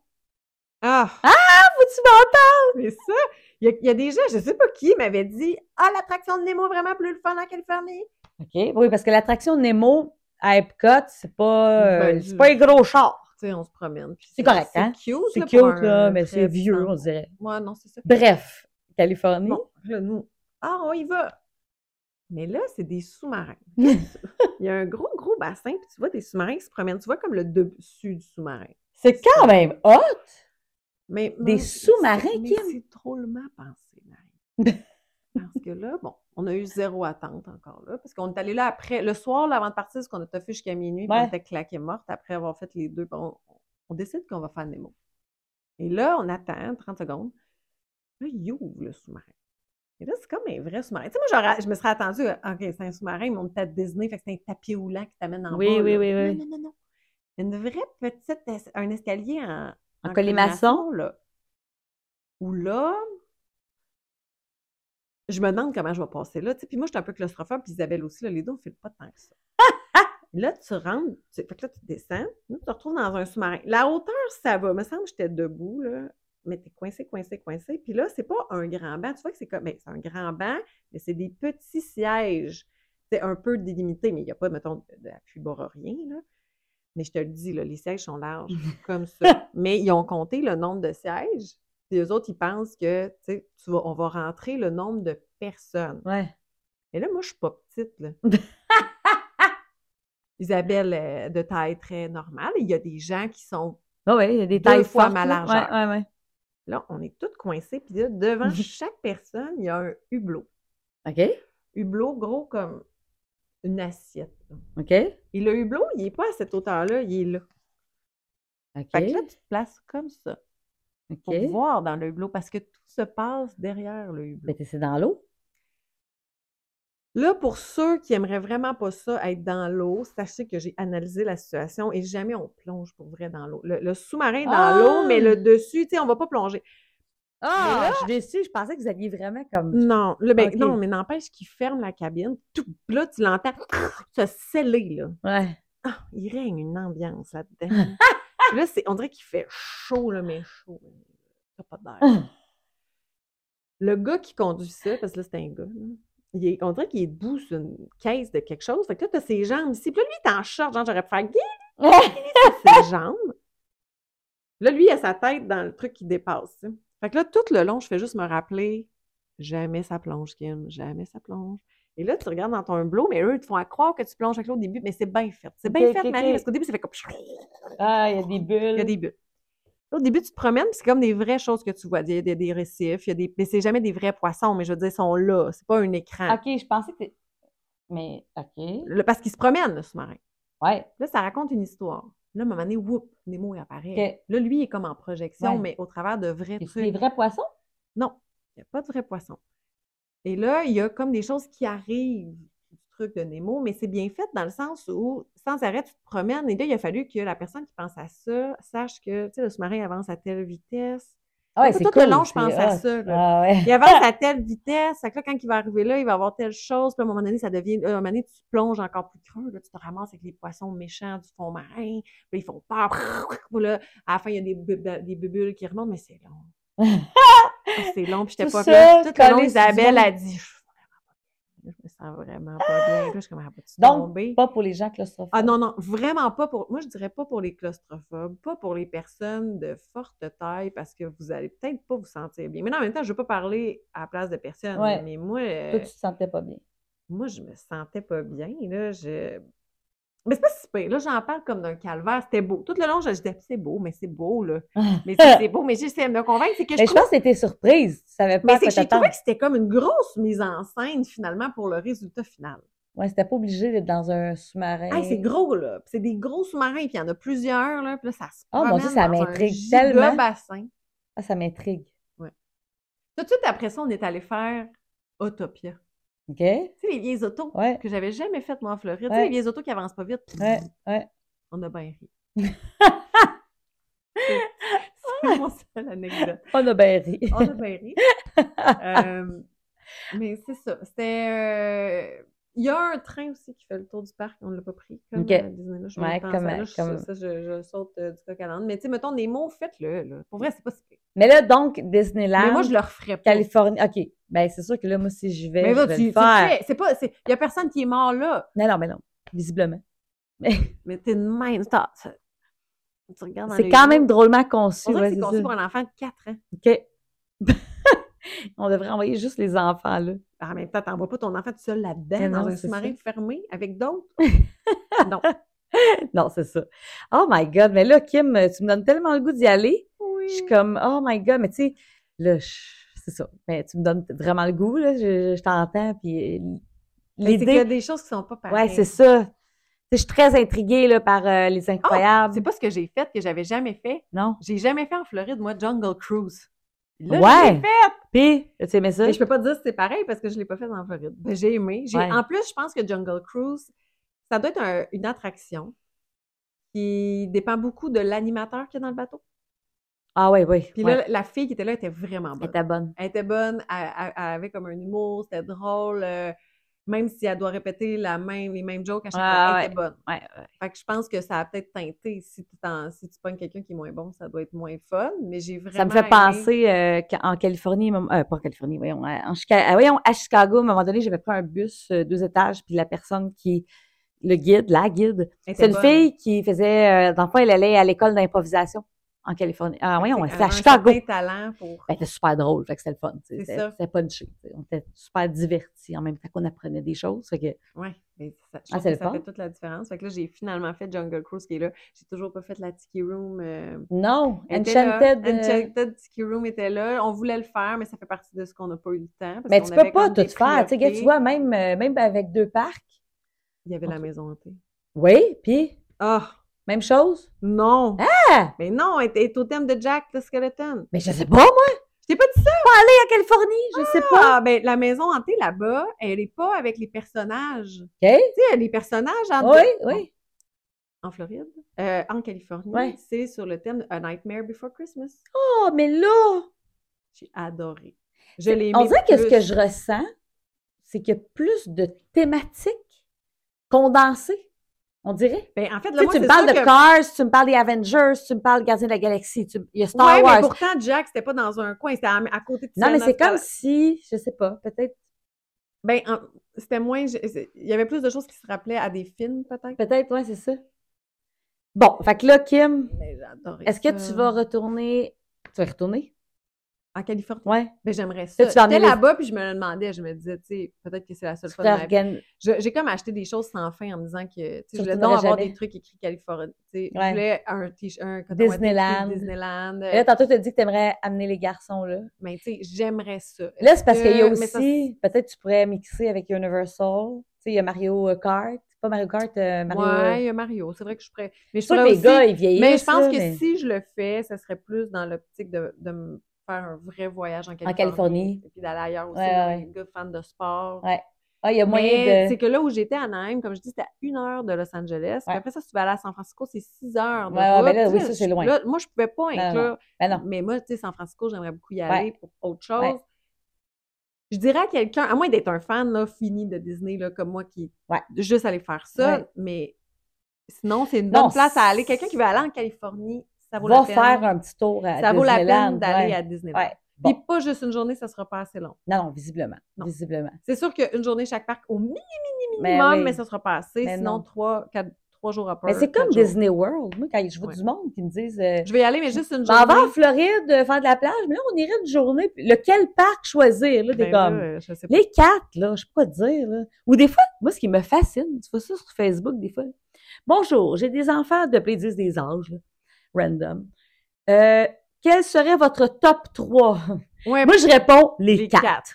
[SPEAKER 2] Ah!
[SPEAKER 1] Faut-tu m'en
[SPEAKER 2] C'est ça. Il y, a, il y a des gens, je sais pas qui, m'avait dit Ah, l'attraction de Nemo, vraiment plus le fun en Californie.
[SPEAKER 1] OK. Oui, parce que l'attraction Nemo à Epcot, c'est pas, euh,
[SPEAKER 2] Ben,
[SPEAKER 1] c'est pas un gros char.
[SPEAKER 2] Tu sais, on se promène. puis
[SPEAKER 1] C'est correct, hein?
[SPEAKER 2] C'est cute,
[SPEAKER 1] C'est
[SPEAKER 2] là,
[SPEAKER 1] cute,
[SPEAKER 2] pour un
[SPEAKER 1] là, mais
[SPEAKER 2] très
[SPEAKER 1] c'est
[SPEAKER 2] petit
[SPEAKER 1] vieux,
[SPEAKER 2] enfant.
[SPEAKER 1] on dirait.
[SPEAKER 2] Ouais, non, c'est ça.
[SPEAKER 1] Bref, Californie.
[SPEAKER 2] Bon, là, nous, ah, on y va. Mais là, c'est des sous-marins. Il y a un gros, gros bassin, puis tu vois des sous-marins qui se promènent. Tu vois comme le dessus du sous-marin.
[SPEAKER 1] c'est quand même hot!
[SPEAKER 2] Mais,
[SPEAKER 1] Des
[SPEAKER 2] mais-
[SPEAKER 1] sous-marins,
[SPEAKER 2] mais
[SPEAKER 1] Kim?
[SPEAKER 2] C'est drôlement pensé, Marie. parce que là, bon, on a eu zéro attente encore là. Parce qu'on est allé là après, le soir, là, avant de partir, parce qu'on a toffé jusqu'à minuit, puis
[SPEAKER 1] Ouais.
[SPEAKER 2] on était claqué morte après avoir fait les deux. puis On, on décide qu'on va faire Nemo. Et là, on attend 30 secondes. Là, il ouvre le sous-marin. Et là, c'est comme un vrai sous-marin. Tu sais, moi, j'aurais- je me serais attendue, OK, c'est un sous-marin, mais on était à Disney, fait que c'est un tapis roulant qui t'amène en
[SPEAKER 1] Oui,
[SPEAKER 2] bas.
[SPEAKER 1] oui,
[SPEAKER 2] là.
[SPEAKER 1] oui, oui.
[SPEAKER 2] Non, non, non, non. Une vraie petite, es- un escalier en,
[SPEAKER 1] En colimaçon.
[SPEAKER 2] là. Où là, je me demande comment je vais passer là. tu sais. Puis moi, je suis un peu claustrophobe, puis Isabelle aussi, là, les deux, on ne file pas tant que ça. là, tu rentres, tu- fait que là, tu descends, là, tu te retrouves dans un sous-marin. La hauteur, ça va. me semble que j'étais debout, là, mais t'es coincé, coincé, coincé. Puis là, c'est pas un grand banc. Tu vois que c'est comme, ben, c'est un grand banc, mais c'est des petits sièges. C'est un peu délimité, mais il n'y a pas, mettons, d'appui bororien, là. Mais je te le dis, là, les sièges sont larges, comme ça. Mais ils ont compté le nombre de sièges. Puis eux autres, ils pensent que, tu sais, tu vas- on va rentrer le nombre de personnes.
[SPEAKER 1] Ouais.
[SPEAKER 2] Et là, moi, je suis pas petite, là. Isabelle euh, de taille très normale. Il y a des gens qui sont
[SPEAKER 1] Ah ouais, il y a des
[SPEAKER 2] Deux
[SPEAKER 1] tailles
[SPEAKER 2] fois
[SPEAKER 1] fortes,
[SPEAKER 2] ma
[SPEAKER 1] là.
[SPEAKER 2] largeur.
[SPEAKER 1] Ouais, ouais, ouais.
[SPEAKER 2] Là, on est toutes coincées. Puis là, devant chaque personne, il y a un hublot.
[SPEAKER 1] OK.
[SPEAKER 2] Hublot gros comme une assiette. là.
[SPEAKER 1] OK.
[SPEAKER 2] Et le hublot, il n'est pas à cette hauteur-là, il est là.
[SPEAKER 1] OK.
[SPEAKER 2] Fait que là, tu te places comme ça pour
[SPEAKER 1] OK.
[SPEAKER 2] voir dans le hublot parce que tout se passe derrière le hublot.
[SPEAKER 1] Mais t'es- c'est Ben, dans l'eau.
[SPEAKER 2] Là, pour ceux qui aimeraient vraiment pas ça, être dans l'eau, sachez que j'ai analysé la situation et jamais on plonge pour vrai dans l'eau. Le, le sous-marin dans
[SPEAKER 1] Ah!
[SPEAKER 2] l'eau, mais le dessus, tu sais, on va pas plonger.
[SPEAKER 1] Ah! je suis déçue. Je pensais que vous alliez vraiment comme.
[SPEAKER 2] Non, là, ben,
[SPEAKER 1] Ok.
[SPEAKER 2] non, mais n'empêche qu'il ferme la cabine. Tout, là, tu l'entends se sceller, là.
[SPEAKER 1] Ouais.
[SPEAKER 2] Ah, il règne une ambiance là-dedans. là, c'est, on dirait qu'il fait chaud, là, mais chaud. T'as pas d'air.
[SPEAKER 1] Hum.
[SPEAKER 2] Le gars qui conduit ça, parce que là, c'est un gars, là, il est- on dirait qu'il est debout sur une caisse de quelque chose. Fait que là, t'as ses jambes ici. Puis là, lui, il est en short. Genre, j'aurais pu faire guille ses jambes. Là, lui, il a sa tête dans le truc qui dépasse. tu sais. Fait que là, tout le long, je fais juste me rappeler jamais ça plonge, Kim, jamais ça plonge. Et là, tu regardes dans ton hublot, mais eux, ils te font à croire que tu plonges avec l'eau au début, mais c'est bien fait. C'est bien
[SPEAKER 1] Ok,
[SPEAKER 2] fait,
[SPEAKER 1] ok,
[SPEAKER 2] Marie,
[SPEAKER 1] ok.
[SPEAKER 2] parce qu'au début, ça fait comme.
[SPEAKER 1] ah, il y a des bulles.
[SPEAKER 2] Il y a des buts. Au début, tu te promènes, puis c'est comme des vraies choses que tu vois. Il y a des, des récifs, il y a des. Mais c'est jamais des vrais poissons, mais je veux dire, ils sont là. C'est pas un écran.
[SPEAKER 1] OK, je pensais que t'es- Mais, OK.
[SPEAKER 2] Ah. Le- parce qu'ils se promènent, le sous-marin.
[SPEAKER 1] Ouais.
[SPEAKER 2] Là, ça raconte une histoire. Là, à un moment donné, whoop, Nemo il apparaît.
[SPEAKER 1] OK.
[SPEAKER 2] Là, lui, il est comme en projection,
[SPEAKER 1] Ouais.
[SPEAKER 2] mais au travers de vrais
[SPEAKER 1] Et c'est
[SPEAKER 2] trucs.
[SPEAKER 1] des vrais poissons?
[SPEAKER 2] Non, il n'y a pas de vrai poisson. Et là, il y a comme des choses qui arrivent. truc de Nemo, mais c'est bien fait dans le sens où, sans arrêt, tu te promènes. Et là, il a fallu que la personne qui pense à ça sache que, tu sais, le sous-marin avance à telle vitesse.
[SPEAKER 1] Ah ouais,
[SPEAKER 2] Tout
[SPEAKER 1] c'est
[SPEAKER 2] tout
[SPEAKER 1] cool,
[SPEAKER 2] le long, je
[SPEAKER 1] c'est
[SPEAKER 2] pense à
[SPEAKER 1] hot.
[SPEAKER 2] ça. là.
[SPEAKER 1] Ah ouais.
[SPEAKER 2] Il avance à telle vitesse. Fait que là, quand il va arriver là, il va avoir telle chose. Puis à un moment donné, ça devient. euh, À un moment donné, tu plonges encore plus creux. Là, tu te ramasses avec les poissons méchants du fond marin. Puis ils font peur. Puis là, à la fin, il y a des, bub- des bulles qui remontent, mais c'est long. Ah, c'est long. Puis j'étais
[SPEAKER 1] Tout
[SPEAKER 2] pas
[SPEAKER 1] ça,
[SPEAKER 2] bien. Tout le long,
[SPEAKER 1] collé sur du
[SPEAKER 2] Isabelle
[SPEAKER 1] monde.
[SPEAKER 2] a dit Je suis vraiment pas bien. Je me sens vraiment pas bien. Puis là, je suis comme Ah, vas-tu
[SPEAKER 1] Donc,
[SPEAKER 2] tomber?
[SPEAKER 1] Pas pour les gens claustrophobes.
[SPEAKER 2] Ah non, non, vraiment pas pour. Moi, je dirais pas pour les claustrophobes, pas pour les personnes de forte taille, parce que vous allez peut-être pas vous sentir bien. Mais non, en même temps, je veux pas parler à la place de personne.
[SPEAKER 1] Ouais.
[SPEAKER 2] Mais moi, euh,
[SPEAKER 1] Toi, tu te sentais pas bien.
[SPEAKER 2] moi, je me sentais pas bien. Là, je. Mais c'est pas si pire. Là, j'en parle comme d'un calvaire. C'était beau. Tout le long, je je disais, c'est beau, mais c'est beau, là. Mais c'est c'est beau, mais j'essaie de me convaincre. C'est que je
[SPEAKER 1] Mais je pense que t'étais surprise. Tu savais pas
[SPEAKER 2] mais
[SPEAKER 1] à
[SPEAKER 2] c'est
[SPEAKER 1] quoi
[SPEAKER 2] que j'ai
[SPEAKER 1] t'attendre.
[SPEAKER 2] trouvé que c'était comme une grosse mise en scène, finalement, pour le résultat final.
[SPEAKER 1] Ouais, c'était pas obligé d'être dans un sous-marin.
[SPEAKER 2] Hey, Ah, c'est gros, là. Puis C'est des gros sous-marins, puis il y en a plusieurs, là. Puis là, ça se
[SPEAKER 1] Oh, mon Dieu,
[SPEAKER 2] promène
[SPEAKER 1] ça
[SPEAKER 2] dans un
[SPEAKER 1] m'intrigue
[SPEAKER 2] giga
[SPEAKER 1] tellement.
[SPEAKER 2] bassin.
[SPEAKER 1] Ah, ça m'intrigue.
[SPEAKER 2] Tout de suite après ça, on est allé faire Autopia.
[SPEAKER 1] OK? Ouais,
[SPEAKER 2] Tu sais, les vieilles autos
[SPEAKER 1] ouais,
[SPEAKER 2] que j'avais jamais faites, moi, en Floride. Tu sais,
[SPEAKER 1] Ouais.
[SPEAKER 2] les vieilles autos qui avancent pas vite.
[SPEAKER 1] ouais.
[SPEAKER 2] On a bien ri. c'est c'est mon seul anecdote.
[SPEAKER 1] On a bien ri.
[SPEAKER 2] On a bien ri. Euh, mais c'est ça. C'était. euh, Il y a un train aussi qui fait le tour du parc, on ne l'a pas pris. Comme
[SPEAKER 1] Ok.
[SPEAKER 2] à Disneyland, je
[SPEAKER 1] Ouais,
[SPEAKER 2] ouais,
[SPEAKER 1] comme,
[SPEAKER 2] là, je,
[SPEAKER 1] comme-
[SPEAKER 2] ça, je, je saute euh, du coq à l'âne. Mais tu sais, mettons des mots, faites-le. Là. Pour vrai, c'est pas si pire.
[SPEAKER 1] Mais là, donc, Disneyland,
[SPEAKER 2] Mais moi, je le referais pas.
[SPEAKER 1] Californie. OK. Ben, c'est sûr que là, moi, si j'y vais,
[SPEAKER 2] mais
[SPEAKER 1] je
[SPEAKER 2] là,
[SPEAKER 1] vais
[SPEAKER 2] tu, tu
[SPEAKER 1] le
[SPEAKER 2] le
[SPEAKER 1] faire.
[SPEAKER 2] fais. C'est pas. Il y a personne qui est mort là.
[SPEAKER 1] Non, non, mais non. Visiblement.
[SPEAKER 2] Mais t'es une main. t'as- ça- Tu regardes dans
[SPEAKER 1] C'est
[SPEAKER 2] les
[SPEAKER 1] quand
[SPEAKER 2] yeux.
[SPEAKER 1] même drôlement conçu.
[SPEAKER 2] On
[SPEAKER 1] ouais,
[SPEAKER 2] dirait que c'est
[SPEAKER 1] c'est
[SPEAKER 2] conçu
[SPEAKER 1] ça.
[SPEAKER 2] pour un enfant de 4 ans.
[SPEAKER 1] OK. On devrait envoyer juste les enfants, là.
[SPEAKER 2] En même temps, t'envoies pas ton enfant tout seul
[SPEAKER 1] Mais
[SPEAKER 2] là-dedans,
[SPEAKER 1] non,
[SPEAKER 2] dans un
[SPEAKER 1] c'est
[SPEAKER 2] sous-marin fermé avec d'autres. non.
[SPEAKER 1] Non, c'est ça. Oh my God. Mais là, Kim, tu me donnes tellement le goût d'y aller.
[SPEAKER 2] Oui.
[SPEAKER 1] Je suis comme, oh my God. Mais tu sais, là, je- c'est ça. Mais tu me donnes vraiment le goût, là. Je, je t'entends. Puis euh,
[SPEAKER 2] Mais Ben, C'est qu'il y a
[SPEAKER 1] l'idée.
[SPEAKER 2] des choses qui sont pas pareilles.
[SPEAKER 1] Ouais, c'est ça. Tu sais, Je suis très intriguée, là, par euh, les incroyables.
[SPEAKER 2] Oh, C'est pas ce que j'ai fait que j'avais jamais fait.
[SPEAKER 1] non?
[SPEAKER 2] J'ai jamais fait en Floride, moi, Jungle Cruise. Là,
[SPEAKER 1] Ouais.
[SPEAKER 2] je l'ai fait.
[SPEAKER 1] Puis, tu aimé ça?
[SPEAKER 2] Mais je peux pas te dire si c'est pareil parce que je l'ai pas fait en Floride. Ben, j'ai aimé. J'ai-
[SPEAKER 1] Ouais.
[SPEAKER 2] En plus, je pense que Jungle Cruise, ça doit être un- une attraction qui dépend beaucoup de l'animateur qui est dans le bateau.
[SPEAKER 1] Ah ouais, oui.
[SPEAKER 2] Puis
[SPEAKER 1] ouais.
[SPEAKER 2] là, la fille qui était là était vraiment
[SPEAKER 1] Elle
[SPEAKER 2] bonne.
[SPEAKER 1] était bonne.
[SPEAKER 2] Elle était bonne, elle, elle- elle avait comme un humour, c'était drôle. euh, même si elle doit répéter la même, les mêmes jokes à chaque
[SPEAKER 1] Ah,
[SPEAKER 2] fois, elle
[SPEAKER 1] ouais.
[SPEAKER 2] était bonne.
[SPEAKER 1] Ouais, ouais.
[SPEAKER 2] Fait que je pense que ça a peut-être teinté. Si tu, t'en- si tu pognes quelqu'un qui est moins bon, ça doit être moins fun. Mais j'ai vraiment.
[SPEAKER 1] Ça me fait
[SPEAKER 2] aimé-
[SPEAKER 1] penser euh, qu'en Californie, mom- euh, pas en Californie, voyons, euh, en Chica- euh, voyons, à Chicago, à un moment donné, j'avais pris un bus euh, deux étages, puis la personne qui, le guide, la guide,
[SPEAKER 2] Elle était
[SPEAKER 1] c'est une
[SPEAKER 2] bonne.
[SPEAKER 1] fille qui faisait, euh, dans le fond, elle allait à l'école d'improvisation en Californie. Ah,
[SPEAKER 2] Fait que
[SPEAKER 1] voyons,
[SPEAKER 2] c'est
[SPEAKER 1] c'est à
[SPEAKER 2] un
[SPEAKER 1] Chicago.
[SPEAKER 2] certain talent pour.
[SPEAKER 1] Ben, c'était super drôle, fait que c'était le fun. tu sais,
[SPEAKER 2] C'est
[SPEAKER 1] C'était
[SPEAKER 2] ça.
[SPEAKER 1] c'était punché. tu sais, On était super divertis en même temps qu'on apprenait des choses. fait que-
[SPEAKER 2] Ouais, mais ça, je
[SPEAKER 1] Ah,
[SPEAKER 2] trouve
[SPEAKER 1] c'est
[SPEAKER 2] que
[SPEAKER 1] le
[SPEAKER 2] ça
[SPEAKER 1] fun.
[SPEAKER 2] fait toute la différence. Fait que là, j'ai finalement fait Jungle Cruise qui est là. J'ai toujours pas fait la Tiki Room. euh,
[SPEAKER 1] Non,
[SPEAKER 2] était là.
[SPEAKER 1] Enchanted. euh,
[SPEAKER 2] Enchanted Tiki Room était là. On voulait le faire, mais ça fait partie de ce qu'on n'a pas eu le temps. parce
[SPEAKER 1] Mais
[SPEAKER 2] qu'on
[SPEAKER 1] tu
[SPEAKER 2] avait
[SPEAKER 1] peux pas
[SPEAKER 2] comme
[SPEAKER 1] tout
[SPEAKER 2] des
[SPEAKER 1] faire. Tu sais, gars, tu
[SPEAKER 2] priorités.
[SPEAKER 1] vois, même, euh, même avec deux parcs.
[SPEAKER 2] Il y avait la maison hantée.
[SPEAKER 1] Oui, puis
[SPEAKER 2] Ah!
[SPEAKER 1] même chose.
[SPEAKER 2] non!
[SPEAKER 1] Ah!
[SPEAKER 2] Mais non, elle est au thème de Jack the Skeleton.
[SPEAKER 1] Mais je sais pas, moi,
[SPEAKER 2] Je t'ai pas dit ça!
[SPEAKER 1] à Californie, je sais pas.
[SPEAKER 2] Ah, ben, la maison hantée là-bas, elle est pas avec les personnages.
[SPEAKER 1] OK?
[SPEAKER 2] Tu sais, les personnages en,
[SPEAKER 1] Oui, oui.
[SPEAKER 2] en Floride, euh, en Californie,
[SPEAKER 1] Ouais.
[SPEAKER 2] c'est sur le thème de A Nightmare Before Christmas.
[SPEAKER 1] Oh, mais là,
[SPEAKER 2] J'ai adoré. Je l'ai aimé
[SPEAKER 1] on dirait que ce
[SPEAKER 2] plus.
[SPEAKER 1] que je ressens, c'est qu'il y a plus de thématiques condensées, on dirait.
[SPEAKER 2] Ben, en fait,
[SPEAKER 1] Tu,
[SPEAKER 2] là,
[SPEAKER 1] sais,
[SPEAKER 2] moi,
[SPEAKER 1] tu me
[SPEAKER 2] c'est
[SPEAKER 1] parles
[SPEAKER 2] sûr
[SPEAKER 1] de
[SPEAKER 2] que-
[SPEAKER 1] Cars, tu me parles des Avengers, tu me parles de Gardiens de la Galaxie, tu- il y a Star
[SPEAKER 2] ouais,
[SPEAKER 1] Wars.
[SPEAKER 2] mais pourtant, Jack, c'était pas dans un coin, c'était à, à côté de
[SPEAKER 1] Non, mais
[SPEAKER 2] Tiana,
[SPEAKER 1] c'est
[SPEAKER 2] c'était-
[SPEAKER 1] comme si, je sais pas, peut-être
[SPEAKER 2] Ben, en- c'était moins... je- Il y avait plus de choses qui se rappelaient à des films, peut-être.
[SPEAKER 1] Peut-être, oui, c'est ça. Bon, fait que là, Kim,
[SPEAKER 2] Mais j'ai adoré
[SPEAKER 1] est-ce que
[SPEAKER 2] ça.
[SPEAKER 1] tu vas retourner? Tu vas y retourner?
[SPEAKER 2] En Californie?
[SPEAKER 1] Ouais.
[SPEAKER 2] Ben, j'aimerais ça.
[SPEAKER 1] Là, tu vas
[SPEAKER 2] J'étais
[SPEAKER 1] emmener les-
[SPEAKER 2] là-bas, puis je me le demandais. Je me disais, tu sais, peut-être que c'est la seule
[SPEAKER 1] Tu
[SPEAKER 2] fois de ma vie.
[SPEAKER 1] t'organises-
[SPEAKER 2] Je- J'ai comme acheté des choses sans fin en me disant que, tu sais,
[SPEAKER 1] Tu
[SPEAKER 2] je voulais
[SPEAKER 1] retourneras
[SPEAKER 2] donc avoir
[SPEAKER 1] jamais.
[SPEAKER 2] des trucs écrits Californie. tu sais.
[SPEAKER 1] Ouais.
[SPEAKER 2] Je voulais un, t- un coton ouaté écrit
[SPEAKER 1] Disneyland. Euh,
[SPEAKER 2] Disneyland.
[SPEAKER 1] Et Là, tantôt, tu as dit que tu aimerais amener les garçons, là.
[SPEAKER 2] Mais tu sais, j'aimerais ça.
[SPEAKER 1] Là, c'est parce qu'il y a
[SPEAKER 2] Euh, mais ça,
[SPEAKER 1] aussi, peut-être tu pourrais mixer avec Universal. Tu sais, il y a Mario euh, Kart. Pas Mario Kart, euh, Mario.
[SPEAKER 2] Ouais, il y a Mario. C'est vrai que je pourrais. Mais
[SPEAKER 1] Je
[SPEAKER 2] je
[SPEAKER 1] sais que
[SPEAKER 2] pourrais
[SPEAKER 1] les
[SPEAKER 2] aussi-
[SPEAKER 1] gars, ils vieillissent.
[SPEAKER 2] Mais je pense
[SPEAKER 1] là,
[SPEAKER 2] que
[SPEAKER 1] mais-
[SPEAKER 2] si je le fais, ça serait plus dans l'optique de, de me faire un vrai voyage en Californie.
[SPEAKER 1] Californie.
[SPEAKER 2] Et puis d'aller ailleurs aussi.
[SPEAKER 1] Ouais,
[SPEAKER 2] là,
[SPEAKER 1] ouais.
[SPEAKER 2] Les gars fans de sport.
[SPEAKER 1] Ouais. Ah, il y a moyen
[SPEAKER 2] Mais
[SPEAKER 1] de.
[SPEAKER 2] c'est que là où j'étais à Naïm, comme je dis, c'était à une heure de Los Angeles. Puis
[SPEAKER 1] Ouais.
[SPEAKER 2] après ça, si tu vas aller à San Francisco, c'est six heures. de
[SPEAKER 1] Ouais, ouais,
[SPEAKER 2] route.
[SPEAKER 1] ben là,
[SPEAKER 2] Tu sais,
[SPEAKER 1] oui, ça, c'est
[SPEAKER 2] je-
[SPEAKER 1] loin.
[SPEAKER 2] là, moi, je pouvais pas
[SPEAKER 1] non,
[SPEAKER 2] inclure.
[SPEAKER 1] Ben non.
[SPEAKER 2] Mais moi, tu sais, San Francisco, j'aimerais beaucoup
[SPEAKER 1] Ouais.
[SPEAKER 2] y aller pour autre chose.
[SPEAKER 1] Ouais.
[SPEAKER 2] Je dirais à quelqu'un, à moins d'être un fan là, fini de Disney là, comme moi qui
[SPEAKER 1] Ouais.
[SPEAKER 2] juste aller faire ça,
[SPEAKER 1] Ouais.
[SPEAKER 2] mais sinon, c'est une
[SPEAKER 1] Non,
[SPEAKER 2] bonne place à aller.
[SPEAKER 1] c'est-
[SPEAKER 2] Quelqu'un qui veut aller en Californie, ça vaut
[SPEAKER 1] Va
[SPEAKER 2] la peine.
[SPEAKER 1] faire un petit tour à
[SPEAKER 2] ça vaut la peine
[SPEAKER 1] Disneyland,
[SPEAKER 2] d'aller
[SPEAKER 1] ouais.
[SPEAKER 2] à Disneyland.
[SPEAKER 1] Ouais. Bon.
[SPEAKER 2] Puis pas juste une journée, ça sera pas assez long.
[SPEAKER 1] Non, non, visiblement.
[SPEAKER 2] Non.
[SPEAKER 1] Visiblement.
[SPEAKER 2] C'est sûr qu'une journée chaque parc au minimum,
[SPEAKER 1] Mais Ben oui.
[SPEAKER 2] mais ça sera pas assez.
[SPEAKER 1] Mais
[SPEAKER 2] sinon,
[SPEAKER 1] non.
[SPEAKER 2] trois, quatre, trois jours à
[SPEAKER 1] Mais
[SPEAKER 2] part,
[SPEAKER 1] c'est comme
[SPEAKER 2] quatre jours.
[SPEAKER 1] Disney World. Moi, quand je vois
[SPEAKER 2] Ouais.
[SPEAKER 1] du monde qui me disent euh,
[SPEAKER 2] Je vais y aller, mais juste une
[SPEAKER 1] Ben, on
[SPEAKER 2] journée.
[SPEAKER 1] va en Floride, euh, faire de la plage, mais là, on irait une journée. puis Lequel parc choisir? Là, t'es
[SPEAKER 2] Ben là,
[SPEAKER 1] comme.
[SPEAKER 2] euh, je sais pas.
[SPEAKER 1] Les quatre, là, je sais pas te dire. Là. Ou des fois, moi, ce qui me fascine, tu vois ça sur Facebook, des fois. Bonjour, j'ai des enfants de ils disent des âges, là, random. Euh, quel serait votre top 3?
[SPEAKER 2] Ouais,
[SPEAKER 1] moi, je réponds les,
[SPEAKER 2] Ben, les
[SPEAKER 1] quatre.
[SPEAKER 2] quatre.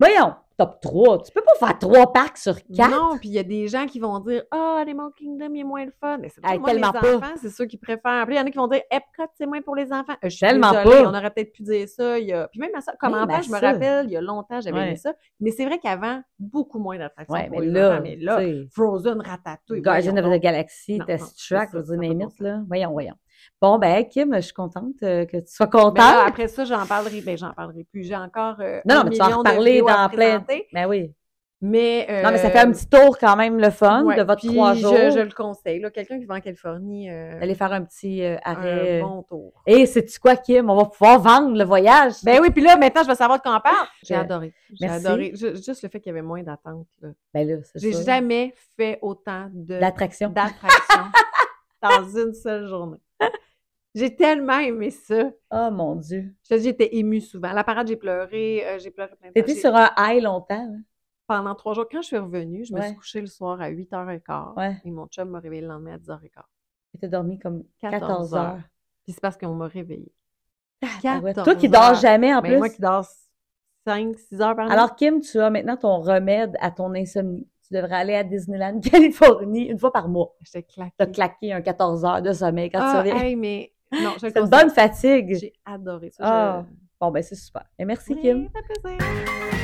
[SPEAKER 1] Voyons, top 3. Tu peux pas faire trois parcs sur quatre?
[SPEAKER 2] Non, puis il y a des gens qui vont dire Ah, Animal Kingdom, il est moins le fun. Mais c'est pas
[SPEAKER 1] Hey,
[SPEAKER 2] moi,
[SPEAKER 1] tellement
[SPEAKER 2] les
[SPEAKER 1] pas.
[SPEAKER 2] enfants, c'est ceux qui préfèrent. Puis il y en a qui vont dire Epcot, c'est moins pour les enfants. Euh, je suis
[SPEAKER 1] Tellement
[SPEAKER 2] désolée,
[SPEAKER 1] pas.
[SPEAKER 2] On aurait peut-être pu dire ça. Il y a... Puis même à ça, comme
[SPEAKER 1] Même
[SPEAKER 2] enfant,
[SPEAKER 1] à
[SPEAKER 2] je me
[SPEAKER 1] ça.
[SPEAKER 2] rappelle, il y a longtemps, j'avais
[SPEAKER 1] Ouais.
[SPEAKER 2] aimé ça. Mais c'est vrai qu'avant, beaucoup moins d'attractions
[SPEAKER 1] ouais,
[SPEAKER 2] pour
[SPEAKER 1] mais
[SPEAKER 2] les
[SPEAKER 1] là,
[SPEAKER 2] enfants. Mais là,
[SPEAKER 1] tu sais,
[SPEAKER 2] Frozen, Ratatouille.
[SPEAKER 1] Guardian
[SPEAKER 2] voyons
[SPEAKER 1] of the
[SPEAKER 2] donc.
[SPEAKER 1] Galaxy,
[SPEAKER 2] Non, non,
[SPEAKER 1] Test
[SPEAKER 2] c'est
[SPEAKER 1] Track,
[SPEAKER 2] ça,
[SPEAKER 1] vous
[SPEAKER 2] ça n'a pas de
[SPEAKER 1] name
[SPEAKER 2] bon
[SPEAKER 1] it, là. Voyons, voyons. Bon, ben, Kim, je suis contente euh, que tu sois contente.
[SPEAKER 2] Mais Ben là, après ça, j'en parlerai. Ben, j'en parlerai plus. J'ai encore. euh,
[SPEAKER 1] Non, non,
[SPEAKER 2] un
[SPEAKER 1] mais tu vas en
[SPEAKER 2] million de
[SPEAKER 1] reparler
[SPEAKER 2] vidéos à
[SPEAKER 1] dans plein-
[SPEAKER 2] présenter.
[SPEAKER 1] Ben oui.
[SPEAKER 2] Mais,
[SPEAKER 1] Non, mais ça
[SPEAKER 2] euh,
[SPEAKER 1] fait un petit tour quand même le fun
[SPEAKER 2] ouais,
[SPEAKER 1] de votre
[SPEAKER 2] puis
[SPEAKER 1] trois
[SPEAKER 2] je-
[SPEAKER 1] jours.
[SPEAKER 2] Je, le conseille. là, Quelqu'un qui va en Californie, euh,
[SPEAKER 1] D'aller faire un petit euh,
[SPEAKER 2] un
[SPEAKER 1] arrêt.
[SPEAKER 2] bon tour.
[SPEAKER 1] Et sais-tu quoi, Kim? On va pouvoir vendre le voyage.
[SPEAKER 2] Ben oui, puis là, maintenant, je vais savoir de quoi on parle. J'ai
[SPEAKER 1] Je-
[SPEAKER 2] adoré. J'ai
[SPEAKER 1] Euh, Merci.
[SPEAKER 2] adoré. Ju- Juste le fait qu'il y avait moins d'attentes. là.
[SPEAKER 1] Ben là, c'est
[SPEAKER 2] J'ai
[SPEAKER 1] ça.
[SPEAKER 2] jamais fait autant de
[SPEAKER 1] L'attraction.
[SPEAKER 2] d'attractions dans une seule journée. J'ai tellement aimé ça.
[SPEAKER 1] Oh mon Dieu.
[SPEAKER 2] Je te dis, J'étais émue souvent. À La parade, j'ai pleuré. euh, j'ai pleuré plein de fois.
[SPEAKER 1] T'étais
[SPEAKER 2] J'ai-
[SPEAKER 1] sur un high longtemps. hein?
[SPEAKER 2] Pendant trois jours, quand je suis revenue, je me
[SPEAKER 1] Ouais.
[SPEAKER 2] suis couchée le soir à 8h15
[SPEAKER 1] Ouais.
[SPEAKER 2] et mon chum m'a réveillée le lendemain à 10h15.
[SPEAKER 1] T'étais dormi comme 14,
[SPEAKER 2] 14
[SPEAKER 1] heures.
[SPEAKER 2] heures. Puis c'est parce qu'on m'a réveillée.
[SPEAKER 1] Ah ouais,
[SPEAKER 2] 14
[SPEAKER 1] Toi qui dors
[SPEAKER 2] heures.
[SPEAKER 1] jamais en
[SPEAKER 2] Ben,
[SPEAKER 1] plus.
[SPEAKER 2] Moi qui dors 5-6 heures par nuit.
[SPEAKER 1] Alors, Kim, tu as maintenant ton remède à ton insomnie. Tu devrais aller à Disneyland, Californie, une fois par mois.
[SPEAKER 2] j'étais claquée.
[SPEAKER 1] T'as claqué un 14 heures de sommeil quand
[SPEAKER 2] Ah,
[SPEAKER 1] tu reviens.
[SPEAKER 2] hey, mais non, je le
[SPEAKER 1] C'est une
[SPEAKER 2] conseille.
[SPEAKER 1] bonne fatigue.
[SPEAKER 2] J'ai adoré ça.
[SPEAKER 1] Ah,
[SPEAKER 2] je-
[SPEAKER 1] Bon, ben c'est super. Et merci,
[SPEAKER 2] Oui,
[SPEAKER 1] Kim.
[SPEAKER 2] ça fait plaisir.